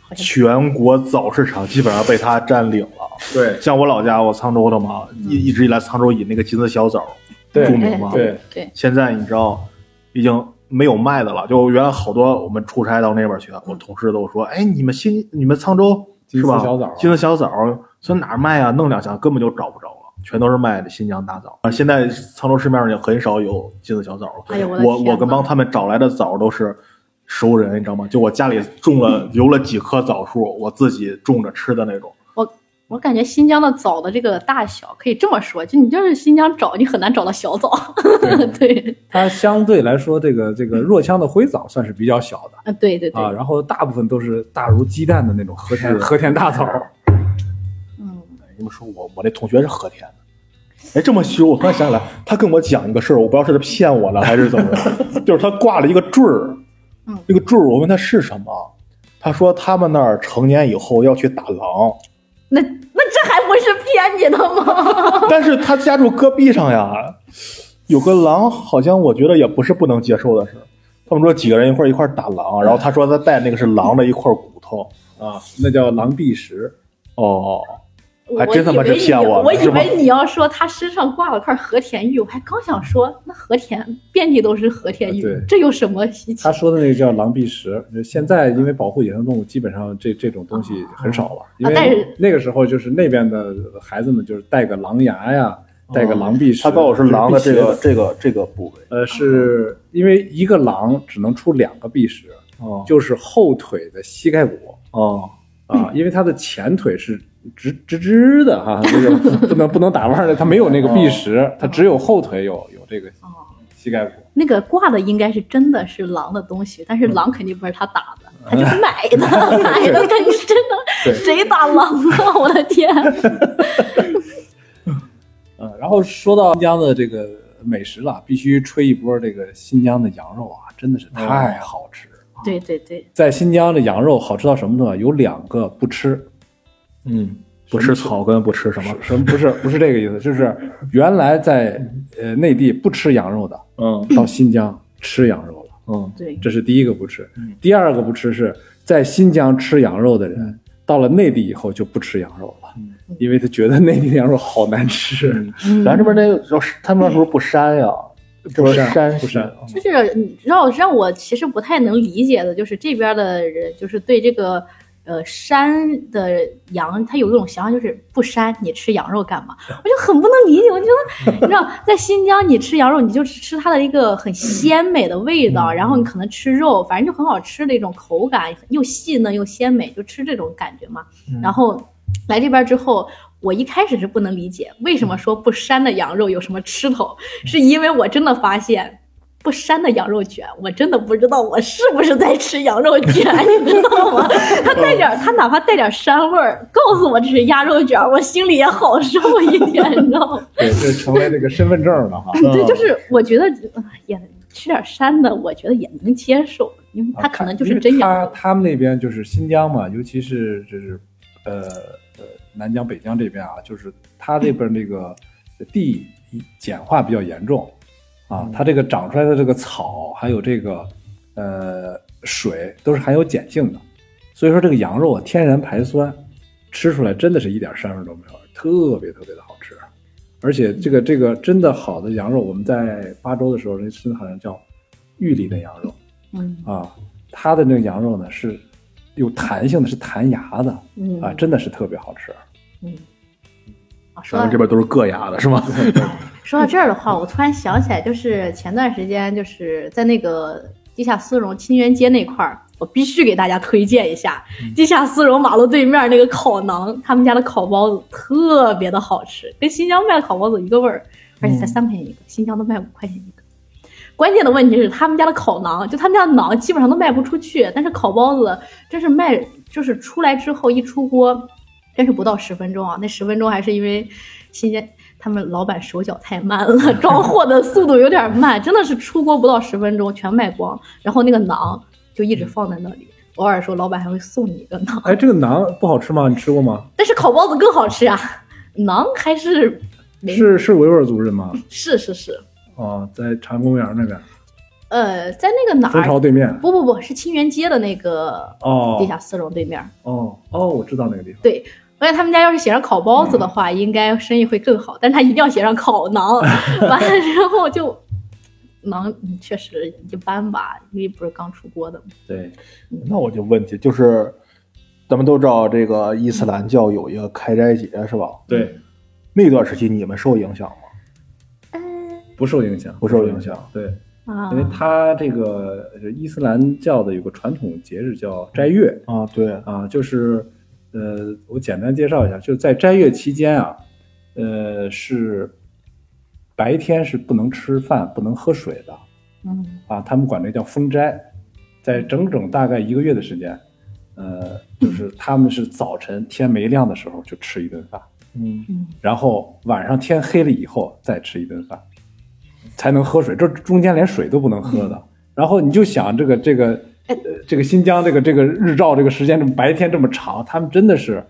S1: 好像
S2: 全国枣市场基本上被它占领了。
S3: 对
S2: 像我老家，我沧州的嘛，一一直以来沧州以那个金丝小枣儿
S3: 对
S2: 著名嘛。
S1: 对，对
S2: 现在你知道，已经没有卖的了。就原来好多我们出差到那边去，我同事都说：“哎，你们新你们沧州
S3: 鸡
S2: 是
S3: 丝
S2: 吧？
S3: 小枣啊
S2: 鸡丝小枣儿，从哪儿卖啊？弄两箱根本就找不着了。”全都是卖的新疆大枣啊！现在沧州市面上也很少有鸡丝小枣了。
S1: 哎呦我的
S2: 我
S1: 天
S2: 我跟
S1: 呐
S2: 帮他们找来的枣都是熟人，你知道吗？就我家里种了留了几棵枣树，我自己种着吃的那种。
S1: 我感觉新疆的枣的这个大小可以这么说，就你就是新疆找，你很难找到小枣。 对，
S3: 它相对来说，这个这个若羌的灰枣算是比较小的
S1: 啊，对对对，
S3: 啊，然后大部分都是大如鸡蛋的那种和田
S2: 是
S3: 和田大枣。
S1: 嗯，
S2: 你们说我我那同学是和田的，哎，这么虚，我突然想起来，他跟我讲一个事儿，我不知道是他骗我呢还是怎么着，就是他挂了一个坠儿
S1: 嗯，
S2: 这个坠儿我问他是什么，他说他们那儿成年以后要去打狼，
S1: 那那这还不是骗你的吗？
S2: 但是他家住戈壁上呀，有个狼，好像我觉得也不是不能接受的事儿。他们说几个人一块儿一块儿打狼，然后他说他带那个是狼的一块骨头啊，
S3: 那叫狼壁石，
S2: 哦，
S1: 我
S2: 还真他妈是骗我
S1: 我
S2: 呢
S1: 以为你！
S2: 是
S1: 我
S2: 吗
S1: 以为你要说他身上挂了块和田玉，我还刚想说，那和田遍地都是和田玉
S3: 啊对，
S1: 这有什么稀奇
S3: 他？说的那个叫狼壁石。就
S1: 嗯
S3: 现在因为保护野生动物，基本上这这种东西很少了，因
S1: 哦啊但
S3: 为
S1: 是
S3: 那个时候就是那边的孩子们就是带个狼牙呀，
S1: 哦
S3: 带个狼壁石。
S2: 他告诉我是狼的
S3: 就
S2: 这
S3: 是
S2: 个
S3: 辟邪
S2: 这个这个部位，
S3: 呃，是因为一个狼只能出两个壁石，
S2: 哦
S3: 就是后腿的膝盖骨
S2: 哦，
S1: 嗯
S3: 啊，因为它的前腿是直直直的哈、这个不能不能打弯儿的，它没有那个壁石，它只有后腿有有这个
S1: 哦，
S3: 膝盖骨。
S1: 那个挂的应该是真的是狼的东西，但
S2: 嗯
S1: 是狼肯定不是他打的，他就是买 的，买的肯定是真
S3: 对
S1: 的。谁打狼啊？我的 天！
S3: 嗯，然后说到新疆的这个美食了，必须吹一波这个新疆的羊肉啊，真的
S2: 哦
S3: 是太好吃。
S1: 对对对，
S3: 在新疆的羊肉好吃到什么程度啊？有两个不吃，
S2: 嗯，不吃草根，不吃什么
S3: 什，什么不是不是这个意思，就是原来在呃内地不吃羊肉的，
S2: 嗯
S3: 到新疆吃羊肉了，
S2: 嗯，
S1: 对，
S3: 这是第一个不吃。第二个不吃是在新疆吃羊肉的
S2: 嗯
S3: 人，到了内地以后就不吃羊肉了，因为他觉得内地的羊肉好难
S2: 嗯
S3: 吃。
S1: 嗯
S2: 咱这边那个要是他们那时候不膻呀，这边
S3: 不膻
S2: 膻
S3: 不膻
S2: 西
S1: 就是你知道让我其实不太能理解的，就是这边的人就是对这个呃山的羊，他有一种想法，就是不膻你吃羊肉干嘛？我就很不能理解，我就觉得你知道，在新疆你吃羊肉，你就吃它的一个很鲜美的味道，然后你可能吃肉，反正就很好吃的一种口感，又细嫩又鲜美，就吃这种感觉嘛。然后来这边之后，我一开始是不能理解为什么说不膻的羊肉有什么吃头，是因为我真的发现。不膻的羊肉卷，我真的不知道我是不是在吃羊肉卷， 你知道吗？它带点儿，它哪怕带点儿膻味儿，告诉我这是鸭肉卷儿，我心里也好受一点，你知道吗？
S3: 对，这成为那个身份证了哈。
S1: 对，就是我觉得呃也吃点膻的，我觉得也能接受，因啊为它可能就是真羊
S3: 啊他
S1: 肉。
S3: 他们那边就是新疆嘛，尤其是就是呃呃南疆、北疆这边啊，就是他这边那个地简化比较严重啊，它这个长出来的这个草还有这个呃水都是含有碱性的，所以说这个羊肉啊天然排酸，吃出来真的是一点膻味都没有，特别特别的好吃。而且这个这个真的好的羊肉，我们在巴州的时候，人吃的好像叫玉里的羊肉，
S1: 嗯
S3: 啊，它的那个羊肉呢是有弹性的，是弹牙的
S1: 嗯
S3: 啊，真的是特别好吃。
S1: 嗯。啊，说
S2: 咱
S1: 到
S2: 们这边都是硌牙的，是吗？
S1: 说到这儿的话，我突然想起来，就是前段时间就是在那个地下丝绒清源街那块儿，我必须给大家推荐一下地下丝绒马路对面那个烤馕，他们家的烤包子特别的好吃，跟新疆卖的烤包子一个味儿，而且才三块钱一个，新疆都卖五块钱一个。关键的问题是，他们家的烤馕，就他们家的馕基本上都卖不出去，但是烤包子真是卖，就是出来之后一出锅，真是不到十分钟啊！那十分钟还是因为新疆他们老板手脚太慢了，装货的速度有点慢，真的是出锅不到十分钟全卖光，然后那个
S3: 嗯
S1: 馕就一直放在那里。偶尔说老板还会送你一个馕，
S3: 哎，这个馕不好吃吗？你吃过吗？
S1: 但是烤包子更好吃啊！馕还是没
S3: 是是维吾尔族人吗？
S1: 是是是，
S3: 哦，在长公园那边，
S1: 呃，在那个哪
S3: 蜂巢
S1: 儿？
S3: 对面。
S1: 不不不，是清源街的那个地
S3: 哦
S1: 下丝绒对面。
S3: 哦哦，我知道那个地方。
S1: 对，我感觉他们家要是写上烤包
S3: 嗯
S1: 子的话， 应该生意会更好。但是他一定要写上烤馕，完了之后就能嗯确实一般吧，因为不是刚出国的嘛。
S3: 对，
S2: 嗯那我就问题就是，咱们都知道这个伊斯兰教有一个开斋节是吧？
S3: 对，
S2: 那段时期你们受影响吗？
S1: 嗯
S3: 不受影响，
S2: 不受影响。
S3: 对，
S1: 啊
S3: 因，为它这个呃伊斯兰教的有个传统节日叫斋月
S2: 啊，对，
S3: 啊，就是呃，我简单介绍一下，就是在斋月期间啊，呃，是白天是不能吃饭、不能喝水的
S1: 嗯
S3: 啊，他们管这叫封斋，在整整大概一个月的时间，呃，就是他们是早晨天没亮的时候就吃一顿饭。
S2: 嗯，
S1: 嗯，
S3: 然后晚上天黑了以后再吃一顿饭，才能喝水。这中间连水都不能喝的。然后你就想这个这个呃
S1: 嗯哎
S3: 这个新疆这个这个日照这个时间这么白天这么长，他们真的是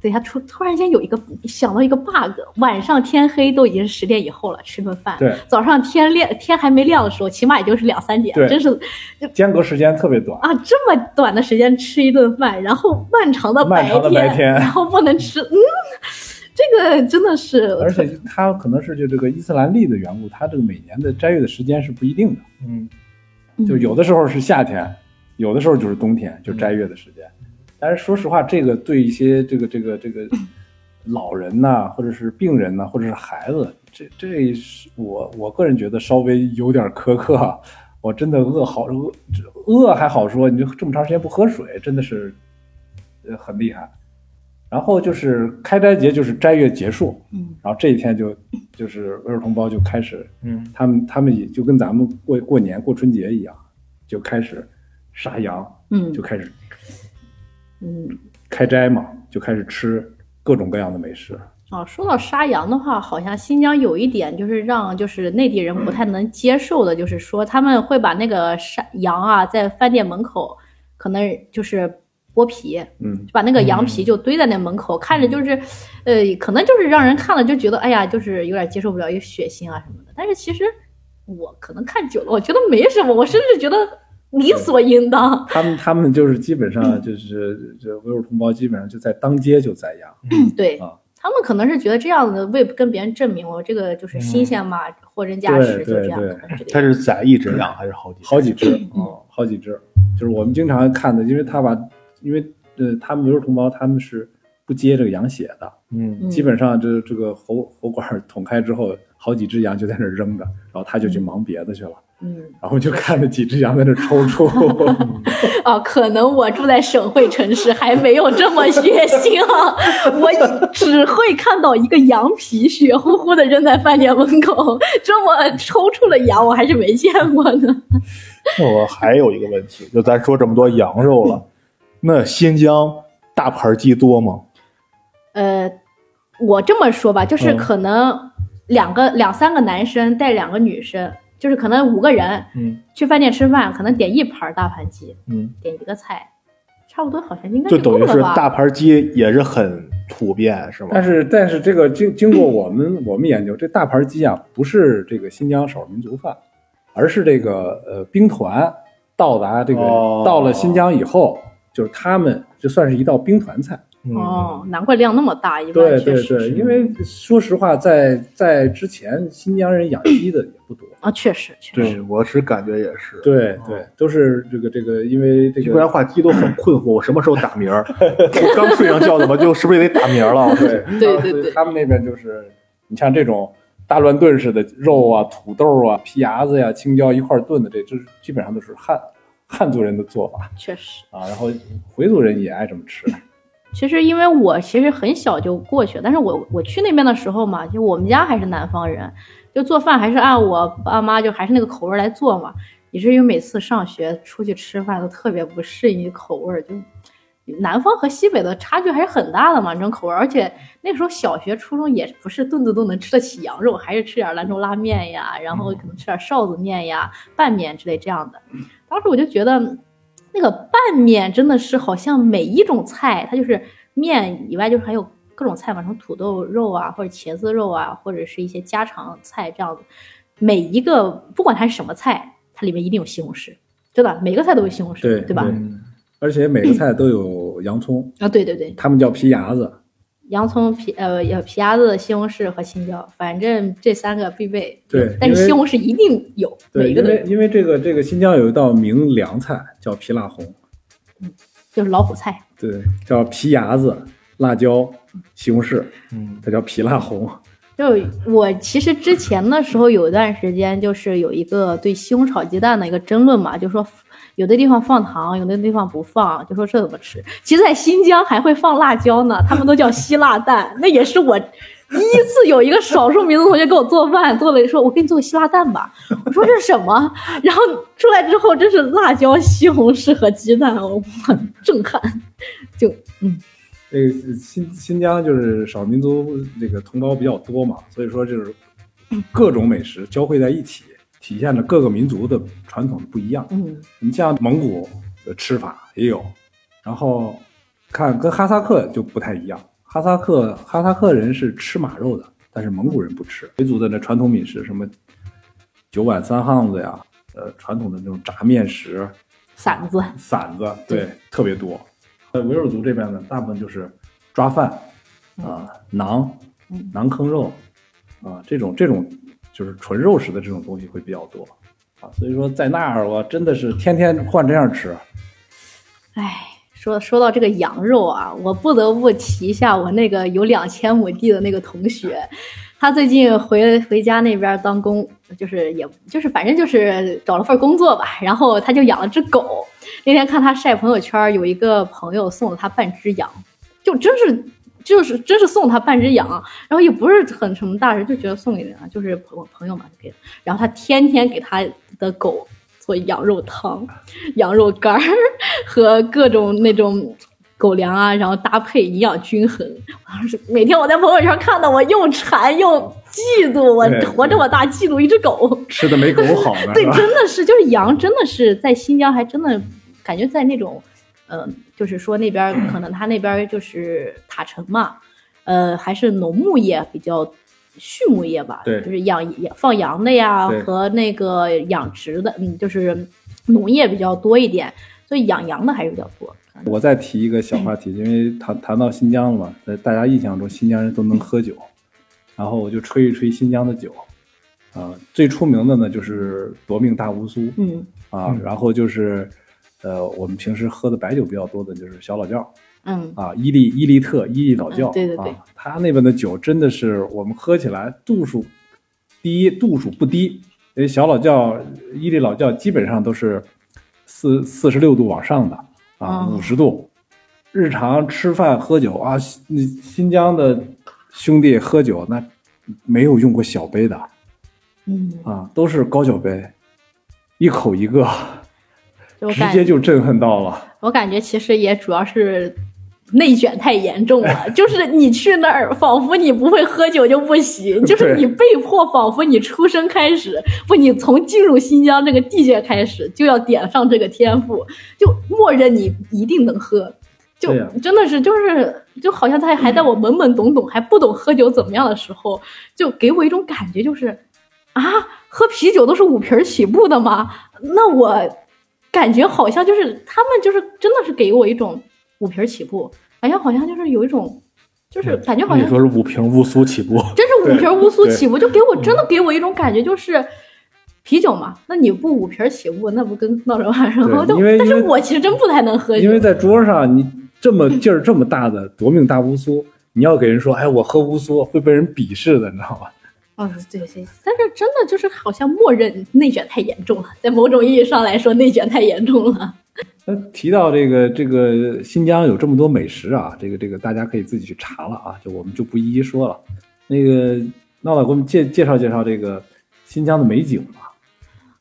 S1: 等一下突突然间有一个想到一个 bug，晚上天黑都已经是十点以后了，吃顿饭。
S3: 对
S1: 早上天亮天还没亮的时候，起码也就是两三点，
S3: 对
S1: 真是
S3: 间隔时间特别短。
S1: 啊，这么短的时间吃一顿饭，然后漫长的啊白
S3: 漫长的白天
S1: 然后不能吃，嗯，这个真的是，
S3: 而且它可能是就这个伊斯兰历的缘故，它这个每年的斋月的时间是不一定的，
S2: 嗯，
S3: 就有的时候是夏天，有的时候就是冬天，就斋月的时间。但是说实话，这个对一些这个这个这个老人呐、或者是病人呐、或者是孩子，这这是我我个人觉得稍微有点苛刻 啊。我真的饿好饿饿还好说，你就这么长时间不喝水，真的是呃很厉害。然后就是开斋节，就是斋月结束，
S1: 嗯
S3: 然后这一天就就是维吾尔同胞就开始，
S2: 嗯，
S3: 他们他们也就跟咱们过过年过春节一样，就开始杀羊，
S1: 嗯
S3: 就开始
S1: 嗯，
S3: 开斋嘛，就开始吃各种各样的美食。
S1: 哦，说到杀羊的话，好像新疆有一点就是让就是内地人不太能接受的，就是说他们会把那个杀羊啊，在饭店门口可能就是剥皮，
S3: 嗯，
S1: 就把那个羊皮就堆在那门口，看着就是，呃，可能就是让人看了就觉得，哎呀，就是有点接受不了，有血腥啊什么的。但是其实我可能看久了，我觉得没什么，我甚至觉得理所应当。
S3: 他们他们就是基本上就是这维吾尔同胞基本上就在当街就宰羊。
S1: 嗯对
S3: 啊
S1: 他们可能是觉得这样子为跟别人证明我这个就是新鲜嘛，货真价实，就
S3: 对
S1: 这样。
S3: 对
S1: 可能是这
S2: 他
S1: 样
S2: 是宰一只羊还是好几？
S3: 好几只，嗯，好几只，就是我们经常看的，因为他把，因为呃，他们维吾尔同胞他们是不接这个羊血的，
S2: 嗯，
S1: 嗯
S3: 基本上这这个喉喉管捅开之后，好几只羊就在那儿扔着，然后他就去忙别的去了，
S1: 嗯
S3: 然后就看着几只羊在那儿抽 搐，
S1: 啊，可能我住在省会城市，还没有这么血腥 啊！我只会看到一个羊皮血乎乎的扔在饭店门口，这么抽搐的羊，我还是没见过呢。
S2: 那我还有一个问题，就咱说这么多羊肉了，那新疆大盘鸡多吗？
S1: 呃，我这么说吧，就是
S2: 嗯
S1: 可能两个、两三个男生带两个女生，就是可能五个人
S2: 嗯
S1: 去饭店吃饭，可能点一盘大盘鸡，
S2: 嗯，
S1: 点一个菜，差不多好像应该
S2: 就
S1: 够
S2: 等于
S1: 了
S2: 是
S1: 吧？
S2: 大盘鸡也是很普遍，是吗？
S3: 但是但是这个经经过我们我们研究，这大盘鸡啊不是这个新疆少数民族饭，而是这个呃兵团到达这个、
S2: 哦
S3: 到了新疆以后，就是他们就算是一道兵团菜。
S2: 嗯，
S1: 哦，难怪量那么大，一般
S3: 对
S1: 确
S3: 对
S1: 实
S3: 对，
S1: 是
S3: 因为说实话，在在之前新疆人养鸡的也不多。
S1: 啊，确实确实。
S2: 对，我是感觉也是。
S3: 对对，都是这个这个，因为这
S2: 不然
S3: 个
S2: 话鸡都很困惑，我什么时候打鸣 儿？我刚睡上觉，怎么就是不是也得打鸣儿了？
S3: 对
S1: 对啊对对
S3: 他们那边就是你像这种大乱炖式的肉啊、土豆啊、皮牙子呀、青椒一块儿炖的，这这基本上都是汉汉族人的做法
S1: 确实，
S3: 啊。然后回族人也爱这么吃。
S1: 其实因为我其实很小就过去了，但是我我去那边的时候嘛，就我们家还是南方人，就做饭还是按我爸妈就还是那个口味儿来做嘛，以至于每次上学出去吃饭都特别不适应口味儿，就南方和西北的差距还是很大的嘛，这种口味儿，而且那个时候小学、初中也不是顿顿都能吃得起羊肉，还是吃点兰州拉面呀，然后可能吃点臊子面呀、拌面之类这样的。当时我就觉得，嗯那个拌面真的是好像每一种菜，它就是面以外，就是还有各种菜嘛，什么土豆肉啊，或者茄子肉啊，或者是一些家常菜这样子。每一个不管它是什么菜，它里面一定有西红柿，真的，每个菜都有西红柿，
S3: 对
S1: 吧？
S2: 嗯
S3: 对而且每个菜都有洋葱，
S1: 啊，对对对，
S3: 他们叫皮牙子，
S1: 洋葱皮呃也皮鸭子、西红柿和青椒，反正这三个必备。
S3: 对
S1: 但
S3: 因为
S1: 是西红柿一定有，
S3: 对，
S1: 每
S3: 因
S1: 个都有
S3: 为因为这个这个新疆有一道名凉菜叫皮辣红，
S1: 就是老虎菜。
S3: 对，叫皮牙子、辣椒、西红柿，
S2: 嗯，
S3: 它叫皮辣红。
S1: 就我其实之前的时候有一段时间，就是有一个对西红柿炒鸡蛋的一个争论嘛，就说有的地方放糖，有的地方不放，就说这怎么吃？其实，在新疆还会放辣椒呢，他们都叫希腊蛋，那也是我第一次有一个少数民族同学给我做饭，做了说我给你做个希腊蛋吧，我说这是什么？然后出来之后，这是辣椒、西红柿和鸡蛋，我 很震撼，就嗯，
S3: 这个新新疆就是少民族这个同胞比较多嘛，所以说就是各种美食交汇在一起，体现了各个民族的传统不一样。
S1: 嗯，
S3: 你像蒙古的吃法也有，然后看跟哈萨克就不太一样，哈萨克哈萨克人是吃马肉的，但是蒙古人不吃。回族的那传统美食什么九碗三巷子呀，呃，传统的那种炸面食，
S1: 馓子，
S3: 馓子，对，特别多。呃，维吾尔族这边呢，大部分就是抓饭啊、馕、
S1: 嗯
S3: 馕坑肉啊、这种这种就是纯肉食的这种东西会比较多啊。所以说在那儿，我真的是天天换这样吃。
S1: 哎，说说到这个羊肉啊，我不得不提一下我那个有两千亩地的那个同学，他最近回回家那边当工，就是也就是反正就是找了份工作吧，然后他就养了只狗。那天看他晒朋友圈，有一个朋友送了他半只羊，就真是。就是真是送他半只羊，然后也不是很什么大事，就觉得送给人啊，就是朋朋友嘛就给了。然后他天天给他的狗做羊肉汤、羊肉干儿，和各种那种狗粮啊，然后搭配营养均衡。我当时每天我在朋友圈看到，我又馋又嫉妒，我
S3: 对
S1: 活这么大嫉妒一只狗。
S3: 吃的没狗好呢，
S1: 对
S3: 是，吧？
S1: 真的是，就是羊，真的是在新疆还真的感觉在那种，嗯、就是说那边儿可能他那边儿就是塔城嘛，呃，还是农牧业比较。畜牧业吧，
S3: 对
S1: 就是养养放羊的呀
S3: 对，
S1: 和那个养殖的，嗯，就是农业比较多一点，所以养羊的还是比较多。
S3: 我再提一个小话题，因为谈谈到新疆了嘛，在大家印象中新疆人都能喝酒，然后我就吹一吹新疆的酒，啊、最出名的呢就是夺命大乌苏，
S1: 嗯
S3: 啊，然后就是，呃，我们平时喝的白酒比较多的就是小老窖
S1: 嗯，
S3: 啊，伊利伊利特、伊利老窖，
S1: 嗯对对对
S3: 啊，他那边的酒真的是我们喝起来度数，第一度数不低，因为小老窖、伊利老窖基本上都是四四十六度往上的啊，
S1: 嗯
S3: 五十度，日常吃饭喝酒啊，新新疆的兄弟喝酒那没有用过小杯的，
S1: 嗯，
S3: 啊，都是高脚杯，一口一个。
S1: 就我
S3: 直
S1: 感
S3: 接就震撼到了。
S1: 我感觉其实也主要是内卷太严重了，就是你去那儿，仿佛你不会喝酒就不行，就是你被迫，仿佛你出生开始，不，你从进入新疆这个地界开始就要点上这个天赋，就默认你一定能喝。就
S3: 对呀
S1: 真的是就是就好像在还在我懵懵懂懂还不懂喝酒怎么样的时候，就给我一种感觉就是，啊，喝啤酒都是五瓶儿起步的吗？那我感觉好像就是他们就是真的是给我一种五瓶儿起步，感觉好像就是有一种，就是感哎觉好像
S3: 你说是五瓶乌苏起步，
S1: 真是五瓶乌苏
S3: 对嗯
S1: 起步，就给我真的给我一种感觉就是。啤酒嘛，那你不五瓶儿起步，那不跟闹着玩儿？然后就
S3: 因为，
S1: 但是
S3: 因为
S1: 我其实真不太能喝酒，
S3: 因为在桌上你这么劲儿这么大的夺命大乌苏，你要给人说，哎，我喝乌苏会被人鄙视的，你知道吧？
S1: 哦，对对，但是真的就是好像默认内卷太严重了，在某种意义上来说，内卷太严重了。
S3: 那提到这个这个新疆有这么多美食啊，这个这个大家可以自己去查了啊，就我们就不一一说了。那个闹老给我们介介绍介绍这个新疆的美景吧。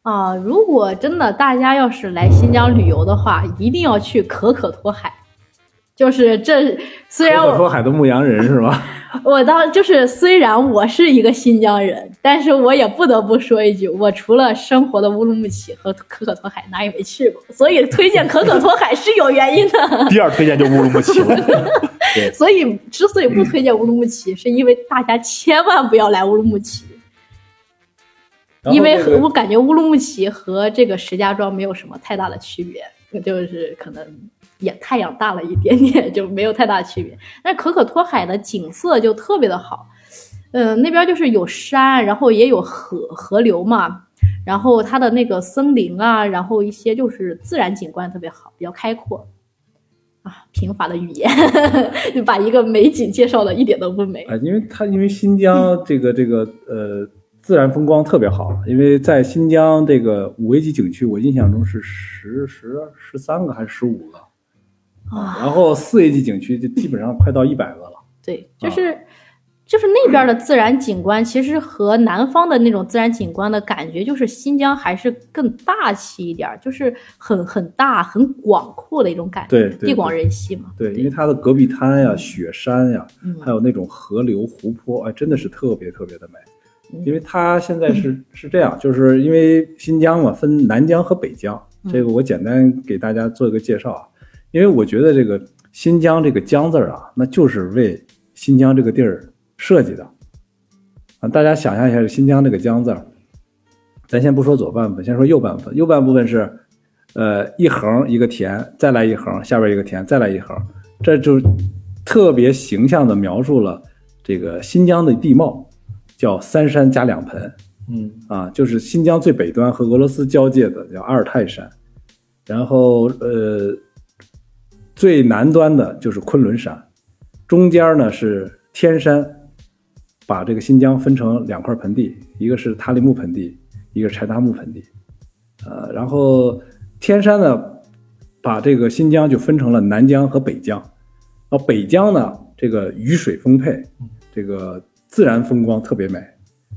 S1: 啊，如果真的大家要是来新疆旅游的话，一定要去可可托海。就是这，虽然
S3: 可可
S1: 啊我
S3: 托海的牧羊人 是吧？
S1: 我当就是虽然我是一个新疆人，但是我也不得不说一句，我除了生活的乌鲁木齐和可可托海哪也没去过，所以推荐可可托海是有原因的。
S2: 第二推荐就乌鲁木齐了。
S1: 所以之所以不推荐乌鲁木齐，是因为大家千万不要来乌鲁木齐，因为
S3: 然后这
S1: 我
S3: 个
S1: 感觉乌鲁木齐和这个石家庄没有什么太大的区别，就是可能也太阳大了一点点，就没有太大区别。但是可可托海的景色就特别的好，呃，那边就是有山，然后也有河河流嘛，然后它的那个森林啊，然后一些就是自然景观特别好，比较开阔。啊，贫乏的语言， 就把一个美景介绍的一点都不美。
S3: 啊，因为它因为新疆这个这个呃自然风光特别好，因为在新疆这个五 A 级景区，我印象中是十十十三个还是十五个，
S1: 啊
S3: 然后四 A 级景区就基本上快到一百个了。
S1: 对，
S3: 啊
S1: 就是、就是那边的自然景观，其实和南方的那种自然景观的感觉，就是新疆还是更大气一点儿，就是很很大、很广阔的一种感觉，
S3: 对对对
S1: 地广人稀嘛。
S3: 对，因为它的戈壁滩呀、雪山呀，
S1: 嗯
S3: 还有那种河流、湖泊，哎，真的是特别特别的美
S1: 嗯。
S3: 因为它现在 是是这样，就是因为新疆嘛，分南疆和北疆，
S1: 嗯
S3: 这个我简单给大家做一个介绍啊。因为我觉得这个新疆这个“疆”字儿啊，那就是为新疆这个地儿设计的啊。大家想象一下，新疆这个“疆”字儿，咱先不说左半部分，先说右半部分。右半部分是，呃，一横一个田，再来一横，下边一个田，再来一横，这就特别形象的描述了这个新疆的地貌，叫三山加两盆
S2: 嗯
S3: 啊，就是新疆最北端和俄罗斯交界的叫阿尔泰山，然后呃，最南端的就是昆仑山，中间呢是天山，把这个新疆分成两块盆地，一个是塔里木盆地，一个是柴达木盆地，呃，然后天山呢把这个新疆就分成了南疆和北疆，然后北疆呢这个雨水丰沛，这个自然风光特别美，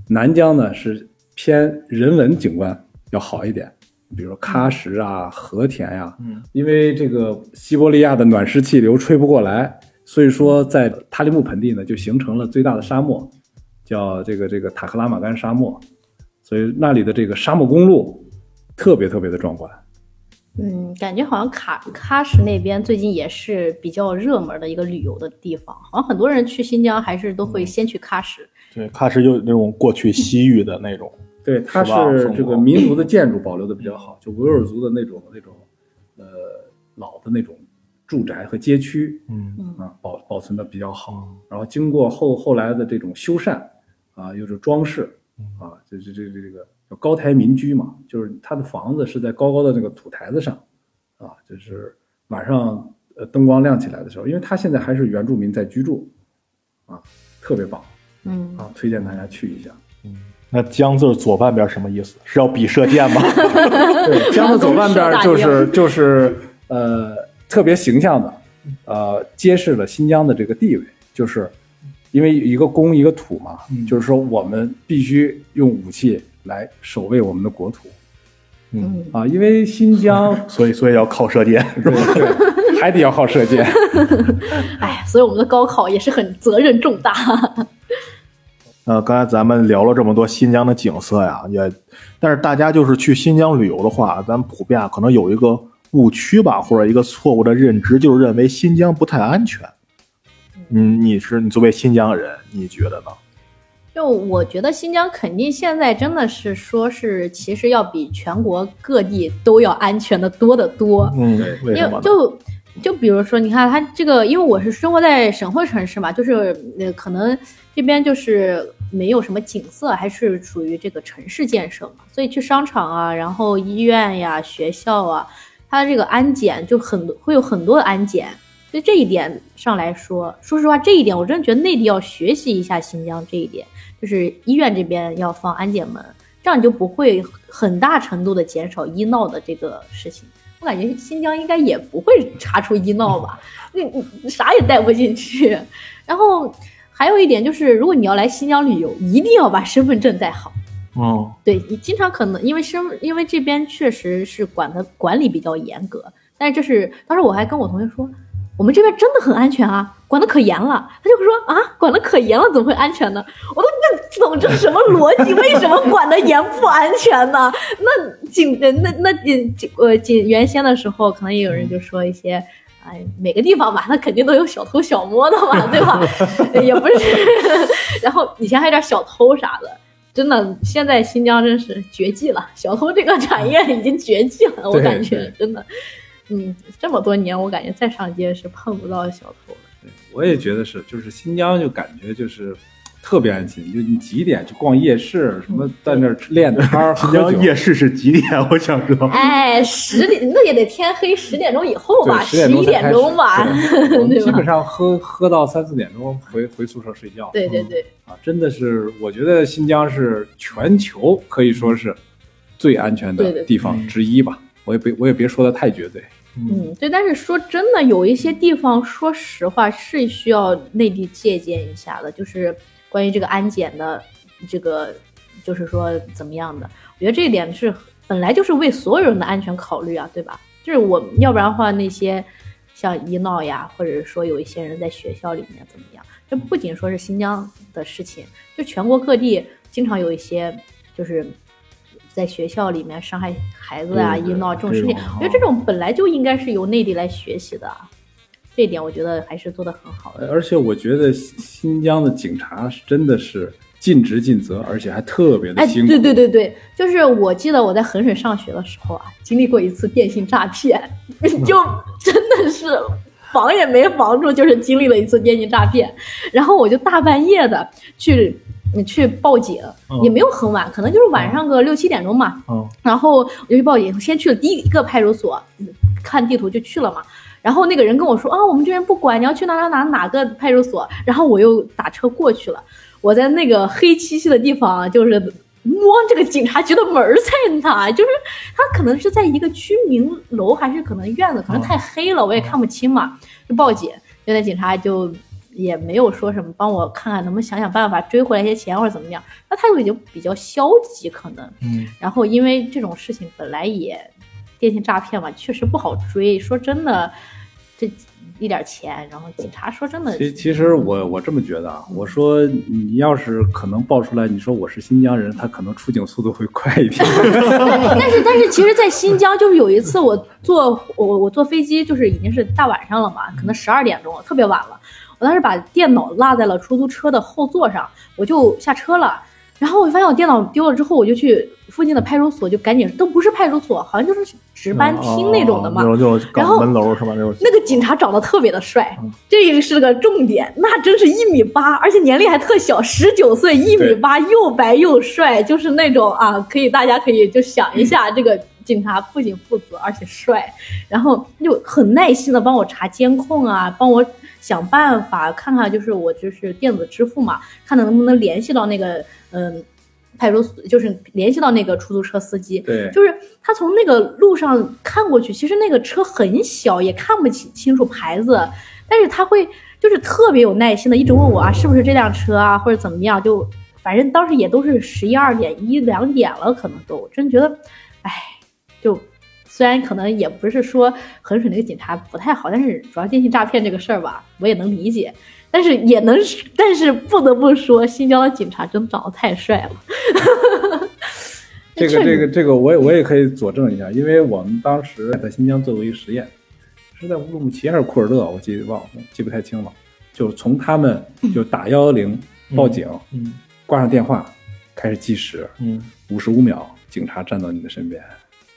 S3: 南疆呢是偏人文景观要好一点，比如喀什啊、和田呀、
S2: 嗯，
S3: 因为这个西伯利亚的暖湿气流吹不过来，所以说在塔里木盆地呢就形成了最大的沙漠，叫这个这个塔克拉玛干沙漠，所以那里的这个沙漠公路特别特别的壮观。
S1: 嗯，感觉好像卡喀什那边最近也是比较热门的一个旅游的地方，好像很多人去新疆还是都会
S3: 嗯
S1: 先去喀什。
S2: 对，喀什就那种过去西域的那种，
S3: 对，它
S2: 是吧
S3: 是
S2: 风
S3: 这个
S2: 光
S3: 民族的建筑保留的比较好，就维吾尔族的那种那种呃老的那种住宅和街区，
S2: 嗯
S3: 啊，保保存的比较好。然后经过后后来的这种修缮，啊，又是装饰，啊，这这这这这个叫高台民居嘛，就是它的房子是在高高的那个土台子上，啊，就是晚上呃灯光亮起来的时候，因为它现在还是原住民在居住，啊，特别棒
S1: 嗯，
S3: 啊，推荐大家去一下。
S2: 那江字儿左半边什么意思？是要比射 箭吗？
S3: 对，江的左半边儿就是就是呃特别形象的，呃揭示了新疆的这个地位，就是因为一个公一个土嘛，
S2: 嗯
S3: 就是说我们必须用武器来守卫我们的国土
S1: 嗯
S3: 啊，因为新疆
S2: 所以所以要靠射箭。
S3: 对对还得要靠射箭。
S1: 哎，所以我们的高考也是很责任重大。
S2: 呃，刚才咱们聊了这么多新疆的景色呀，也，但是大家就是去新疆旅游的话，咱普遍啊可能有一个误区吧，或者一个错误的认知，就是认为新疆不太安全。嗯，你是你作为新疆人，你觉得呢？
S1: 就我觉得新疆肯定现在真的是说是，其实要比全国各地都要安全的多得多。
S2: 嗯
S3: 对，
S2: 为
S1: 因
S2: 什么
S1: 为
S2: 呢？
S1: 就就比如说，你看它这个，因为我是生活在省会城市嘛，就是呃，可能这边就是没有什么景色，还是属于这个城市建设嘛，所以去商场啊，然后医院呀、学校啊，它的这个安检就很多会有很多的安检。所以这一点上来说，说实话，这一点我真的觉得内地要学习一下新疆这一点，就是医院这边要放安检门，这样你就不会很大程度的减少医闹的这个事情。我感觉新疆应该也不会查出医闹吧，那你啥也带不进去。然后还有一点就是，如果你要来新疆旅游，一定要把身份证带好。
S2: 嗯，
S1: 对你经常可能因为身，因为这边确实是管的管理比较严格，但是这是当时我还跟我同学说，我们这边真的很安全啊，管的可严了。他就会说啊，管的可严了，怎么会安全呢？我都不懂这什么逻辑，为什么管的严不安全呢？那警呃那那警警呃警原先的时候，可能也有人就说一些。哎，每个地方吧，那肯定都有小偷小摸的嘛，对吧？ 也不是，然后以前还有点小偷啥的，真的，现在新疆真是绝迹了，小偷这个产业已经绝迹了，我
S3: 对
S1: 感
S3: 对
S1: 觉真的。嗯，这么多年我感觉再上街是碰不到小偷了。
S3: 我也觉得是，就是新疆就感觉就是特别安心，就你几点去逛夜市，什么在那儿吃练摊儿、
S2: 新
S3: 喝酒
S2: 疆，夜市是几点？我想知 道。
S1: 哎，十点那也得天黑十点钟以后吧，
S3: 对，十
S1: 十一
S3: 钟才
S1: 点
S3: 开
S1: 钟
S3: 始
S1: 吧，
S3: 对我们基
S1: 吧
S3: 本？上喝喝到三四点钟回回宿舍睡觉。
S1: 对对对，
S3: 啊，真的是，我觉得新疆是全球可以说是最安全
S1: 对嗯
S3: 的
S1: 对
S3: 地方之一吧。我也别我也别说的太绝对，
S1: 嗯，对。但是说真的，有一些地方，说实话是需要内地借鉴一下的，就是关于这个安检的这个，就是说怎么样的，我觉得这一点是本来就是为所有人的安全考虑啊，对吧？就是我要不然的话，那些像医闹呀，或者说有一些人在学校里面怎么样，这不仅说是新疆的事情，就全国各地经常有一些就是在学校里面伤害孩子啊、
S2: 对对
S1: 医闹这种事情
S2: 这种，
S1: 我觉得这种本来就应该是由内地来学习的啊，这一点我觉得还是做得很好的。
S3: 呃而且我觉得新新疆的警察是真的是尽职尽责，而且还特别的
S1: 哎，
S3: 辛苦。
S1: 对对对对，就是我记得我在衡水上学的时候啊，经历过一次电信诈骗，就真的是防也没防住，就是经历了一次电信诈骗。然后我就大半夜的去嗯去报警，也没有很晚，可能就是晚上个六七点钟嘛。
S2: 嗯
S1: 然后我就去报警，先去了第一个派出所，看地图就去了嘛。然后那个人跟我说啊，我们这边不管，你要去哪哪哪哪个派出所。然后我又打车过去了，我在那个黑漆漆的地方啊，就是摸这个警察局的门儿在哪，就是他可能是在一个居民楼，还是可能院子，可能太黑了，我也看不清嘛，就报警。就那警察就也没有说什么，帮我看看能不能想想办法追回来一些钱或者怎么样。那态度已经比较消极，可能。
S2: 嗯，
S1: 然后因为这种事情本来也电信诈骗嘛，确实不好追。说真的，这一点钱，然后警察说真的，
S3: 其其实我我这么觉得啊，我说你要是可能爆出来，你说我是新疆人，他可能出警速度会快一点。
S1: 但是但是其实，在新疆就是有一次我坐我我我坐飞机，就是已经是大晚上了嘛，可能十二点钟了，特别晚了。我当时把电脑落在了出租车的后座上，我就下车了。然后我发现我电脑丢了之后，我就去附近的派出所，就赶紧都不是派出所，好像就是值班厅那种的嘛。
S2: 哦那种就
S1: 然
S2: 搞
S1: 后
S2: 门楼是吧？那种
S1: 那个警察长得特别的帅，这个是个重点。那真是一米八，而且年龄还特小，十九岁，一米八，又白又帅，就是那种啊，可以大家可以就想一下，这个警察不仅负责，而且帅，然后就很耐心的帮我查监控啊，帮我想办法看看，就是我就是电子支付嘛，看看能不能联系到那个嗯。派出所就是联系到那个出租车司机，
S3: 对，
S1: 就是他从那个路上看过去，其实那个车很小，也看不清清楚牌子，但是他会就是特别有耐心的一直问我啊，是不是这辆车啊，或者怎么样，就反正当时也都是十一二点、一两点了，可能都真觉得，哎，就。虽然可能也不是说衡水那个警察不太好，但是主要电信诈骗这个事儿吧，我也能理解。但是也能，但是不得不说，新疆的警察真长得太帅了。
S3: 这
S1: 确实
S3: 个这个这个，我也我也可以佐证一下，因为我们当时在新疆做过一个实验，是在乌鲁木齐还是库尔勒，我记忘了，记不太清了。就从他们就打幺幺零报警，
S2: 嗯
S3: 挂上电话，开始计时，
S2: 嗯
S3: 五十五秒，警察站到你的身边，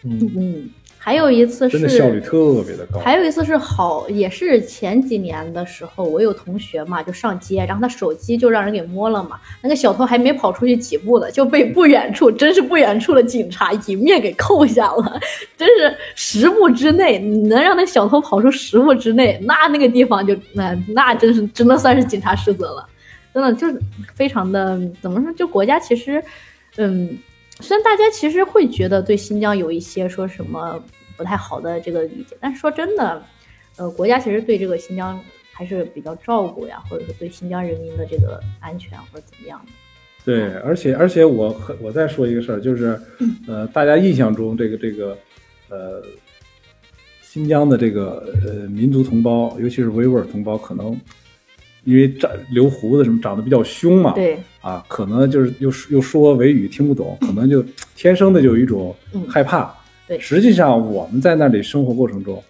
S2: 嗯
S1: 嗯，还有一次是
S3: 真的效率特别的高。
S1: 还有一次是好，也是前几年的时候，我有同学嘛，就上街，然后他手机就让人给摸了嘛，那个小偷还没跑出去几步呢，就被不远处，真是不远处的警察迎面给扣下了，真是十步之内，你能让那小偷跑出十步之内，那那个地方就那那真是真的算是警察失责了，真的就是非常的怎么说，就国家其实，嗯，虽然大家其实会觉得对新疆有一些说什么不太好的这个理解，但是说真的，呃，国家其实对这个新疆还是比较照顾呀，或者说对新疆人民的这个安全或者怎么样的。
S3: 对，
S1: 嗯
S3: 而且而且我和我再说一个事儿，就是，呃，大家印象中这个这个，呃，新疆的这个呃民族同胞，尤其是维吾尔同胞，可能因为长留胡子什么长得比较凶嘛，
S1: 对，
S3: 啊，可能就是又又说维语听不懂，可能就天生的就有一种
S1: 嗯
S3: 害怕。
S1: 对
S3: 实际上我们在那里生活过程中，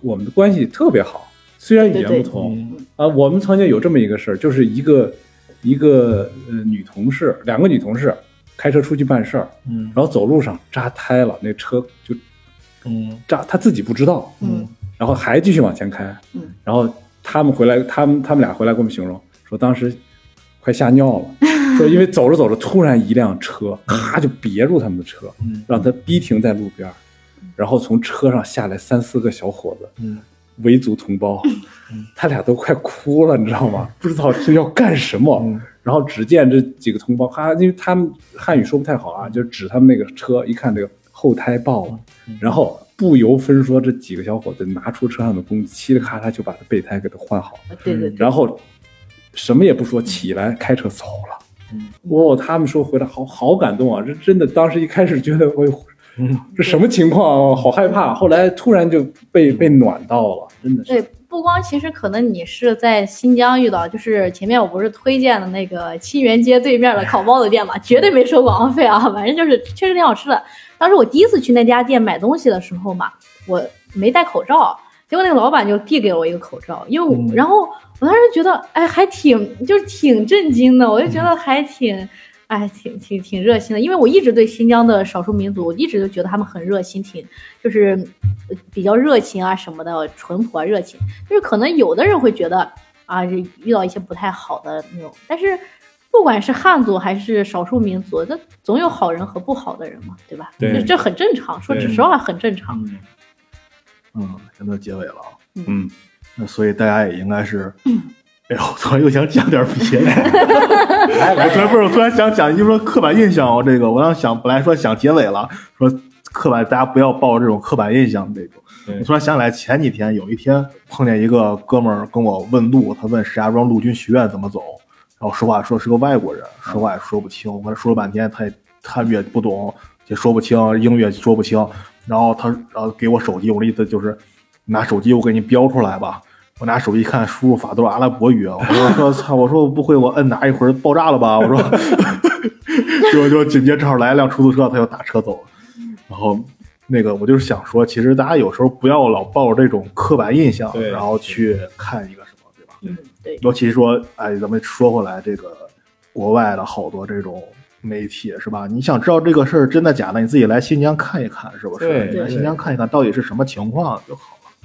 S3: 我们的关系特别好，虽然语言
S1: 对对
S2: 嗯
S3: 不通啊，我们曾经有这么一个事儿，就是一个一个呃女同事，两个女同事开车出去办事儿，
S2: 嗯
S3: 然后走路上扎胎了，那车就
S2: 嗯
S3: 这他自己不知道，
S1: 嗯，
S3: 然后还继续往前开，
S1: 嗯，
S3: 然后他们回来，他们他们俩回来给我们形容说，当时快吓尿了，说因为走着走着，突然一辆车咔就别住他们的车，
S2: 嗯
S3: 让他逼停在路边儿，然后从车上下来三四个小伙子，
S2: 嗯
S3: 维族同胞，他俩都快哭了，你知道吗？不知道这要干什么。
S2: 嗯
S3: 然后只见这几个同胞，哈，因为他们汉语说不太好啊，就指他们那个车，一看这个后胎爆了，然后不由分说，这几个小伙子拿出车上的工具，嘁哩咔嚓就把这备胎给它换好，
S1: 呃对对对，
S3: 然后什么也不说，起来开车走了。哇、他们说回来好好感动啊！这真的，当时一开始觉得，哎呦，
S2: 嗯
S3: 这什么情况啊？好害怕。后来突然就被被暖到了，嗯真的是。
S1: 对，不光其实可能你是在新疆遇到，就是前面我不是推荐的那个七元街对面的烤包子店嘛，绝对没收广告费啊， 反正就是确实挺好吃的。当时我第一次去那家店买东西的时候嘛，我没戴口罩，结果那个老板就递给了我一个口罩，因为我、然后我当时觉得，哎，还挺就是挺震惊的，我就觉得还挺。哎，挺挺挺热心的，因为我一直对新疆的少数民族，我一直就觉得他们很热心，挺就是呃比较热情啊什么的，淳朴啊热情。就是可能有的人会觉得啊，这遇到一些不太好的那种，但是不管是汉族还是少数民族，那总有好人和不好的人嘛，对吧？
S3: 对
S1: 这这很正常，说
S3: 对
S1: 实话很正常。
S2: 嗯嗯，真的结尾了啊。
S3: 嗯，
S2: 那所以大家也应该是，哎呦，我突然又想讲点别的。 哎
S3: 来
S2: 我突然不是，我突然想讲，就说刻板印象哦，这个我要想，本来说想结尾了，说刻板，大家不要抱这种刻板印象这种。
S3: 对
S2: 我突然想起来，前几天有一天碰见一个哥们儿跟我问路，他问石家庄陆军学院怎么走，然后说话说是个外国人，说话也说不清，我说了半天，他也汉语也不懂，也说不清，英语也说不清，然后他然后给我手机，我的意思就是拿手机我给你标出来吧。我拿手机一看，输入法都是阿拉伯语啊！我说 操，我说我不会，我摁哪一会儿爆炸了吧？我说， 就就紧接着正好来一辆出租车，他就打车走了。然后那个我就是想说，其实大家有时候不要老抱着这种刻板印象，
S3: 对
S2: 然后去看一个什么，对吧？
S1: 嗯，对，
S2: 尤其说，哎，咱们说回来，这个国外的好多这种媒体是吧？你想知道这个事儿真的假的，你自己来新疆看一看，是不
S3: 对
S2: 是？你来
S1: 对
S2: 新疆看一看到底是什么情况就好了。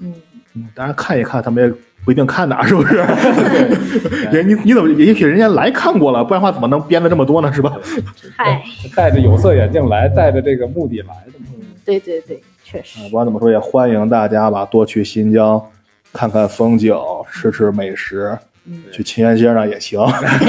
S1: 嗯，
S2: 嗯，当然看一看，他们也不一定看哪儿，是不是？
S3: 对
S2: 人你你怎么 也许人家来看过了，不然的话怎么能编的这么多呢？是吧？
S1: 嗨，
S3: 戴着有色眼镜来，带着这个目的来的嘛。
S1: 对对对，确实
S2: 啊，，不管怎么说，也欢迎大家吧，多去新疆看看风景，吃吃美食，
S1: 嗯
S2: 去秦源街上也行。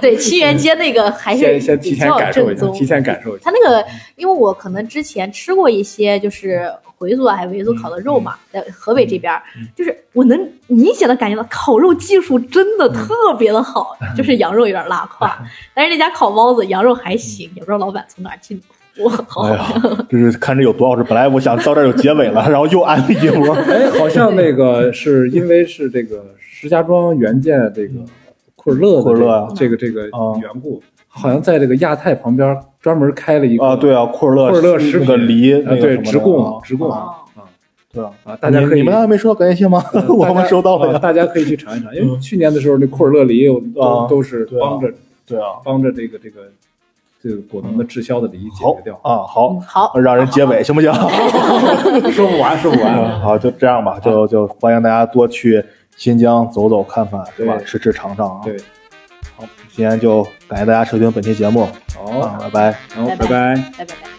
S1: 对七元街那个还是
S3: 先先提
S1: 比
S3: 前
S1: 较
S3: 感受一
S1: 正
S3: 下，
S1: 宗。
S3: 提前感受一下。
S1: 它那个，因为我可能之前吃过一些就是回族啊还有维族烤的肉嘛，
S2: 嗯
S1: 在河北这边儿，就是我能明显的感觉到烤肉技术真
S2: 嗯
S1: 的特别的好， 就是羊肉有点拉 胯，但是那家烤包子羊肉还行，也不知道老板从哪儿进的。哇，好
S2: 嗯 哎呀，就是看这有多好吃。本来我想到这儿有结尾 了，然后又安利一波。
S3: 哎，好像那个是因为是这个石家庄援建这个库尔勒的
S2: 库尔勒啊
S3: 这个这个这
S2: 啊
S3: 个缘故，好像在这个亚太旁边专门开了一个
S2: 啊，对啊，库尔勒
S3: 库尔勒食
S2: 那
S3: 品
S2: 个梨，那
S3: 啊
S2: 个什
S3: 对
S2: 么的
S3: 直供
S2: 啊
S3: 直供
S1: 哦
S2: 对啊，
S3: 啊，大家
S2: 你
S3: 可以
S2: 你们还没收到感谢信 吗？
S3: 呃
S2: 我
S3: 大
S2: 们
S3: 家
S2: 收到了
S3: 啊
S2: 呀。
S3: 大家可以去尝一尝，因为去年的时候那库尔勒梨有都
S2: 啊
S3: 都是
S2: 对啊
S3: 帮着
S2: 对啊，
S3: 帮着这个这个这个果农的滞销的梨解
S2: 好
S3: 决 掉，
S2: 啊，好
S1: 嗯，好
S2: 让人结尾行 不行？
S3: 说不完说不完。
S2: 好，就这样吧，就就欢迎大家多去新疆走走看看，是吧？
S3: 对
S2: 吃吃尝尝啊。
S3: 对，
S2: 今天就感谢大家收听本期节目
S3: 好
S2: 啊，，拜拜。
S3: 然后
S1: 拜
S3: 拜拜。
S1: 拜拜拜。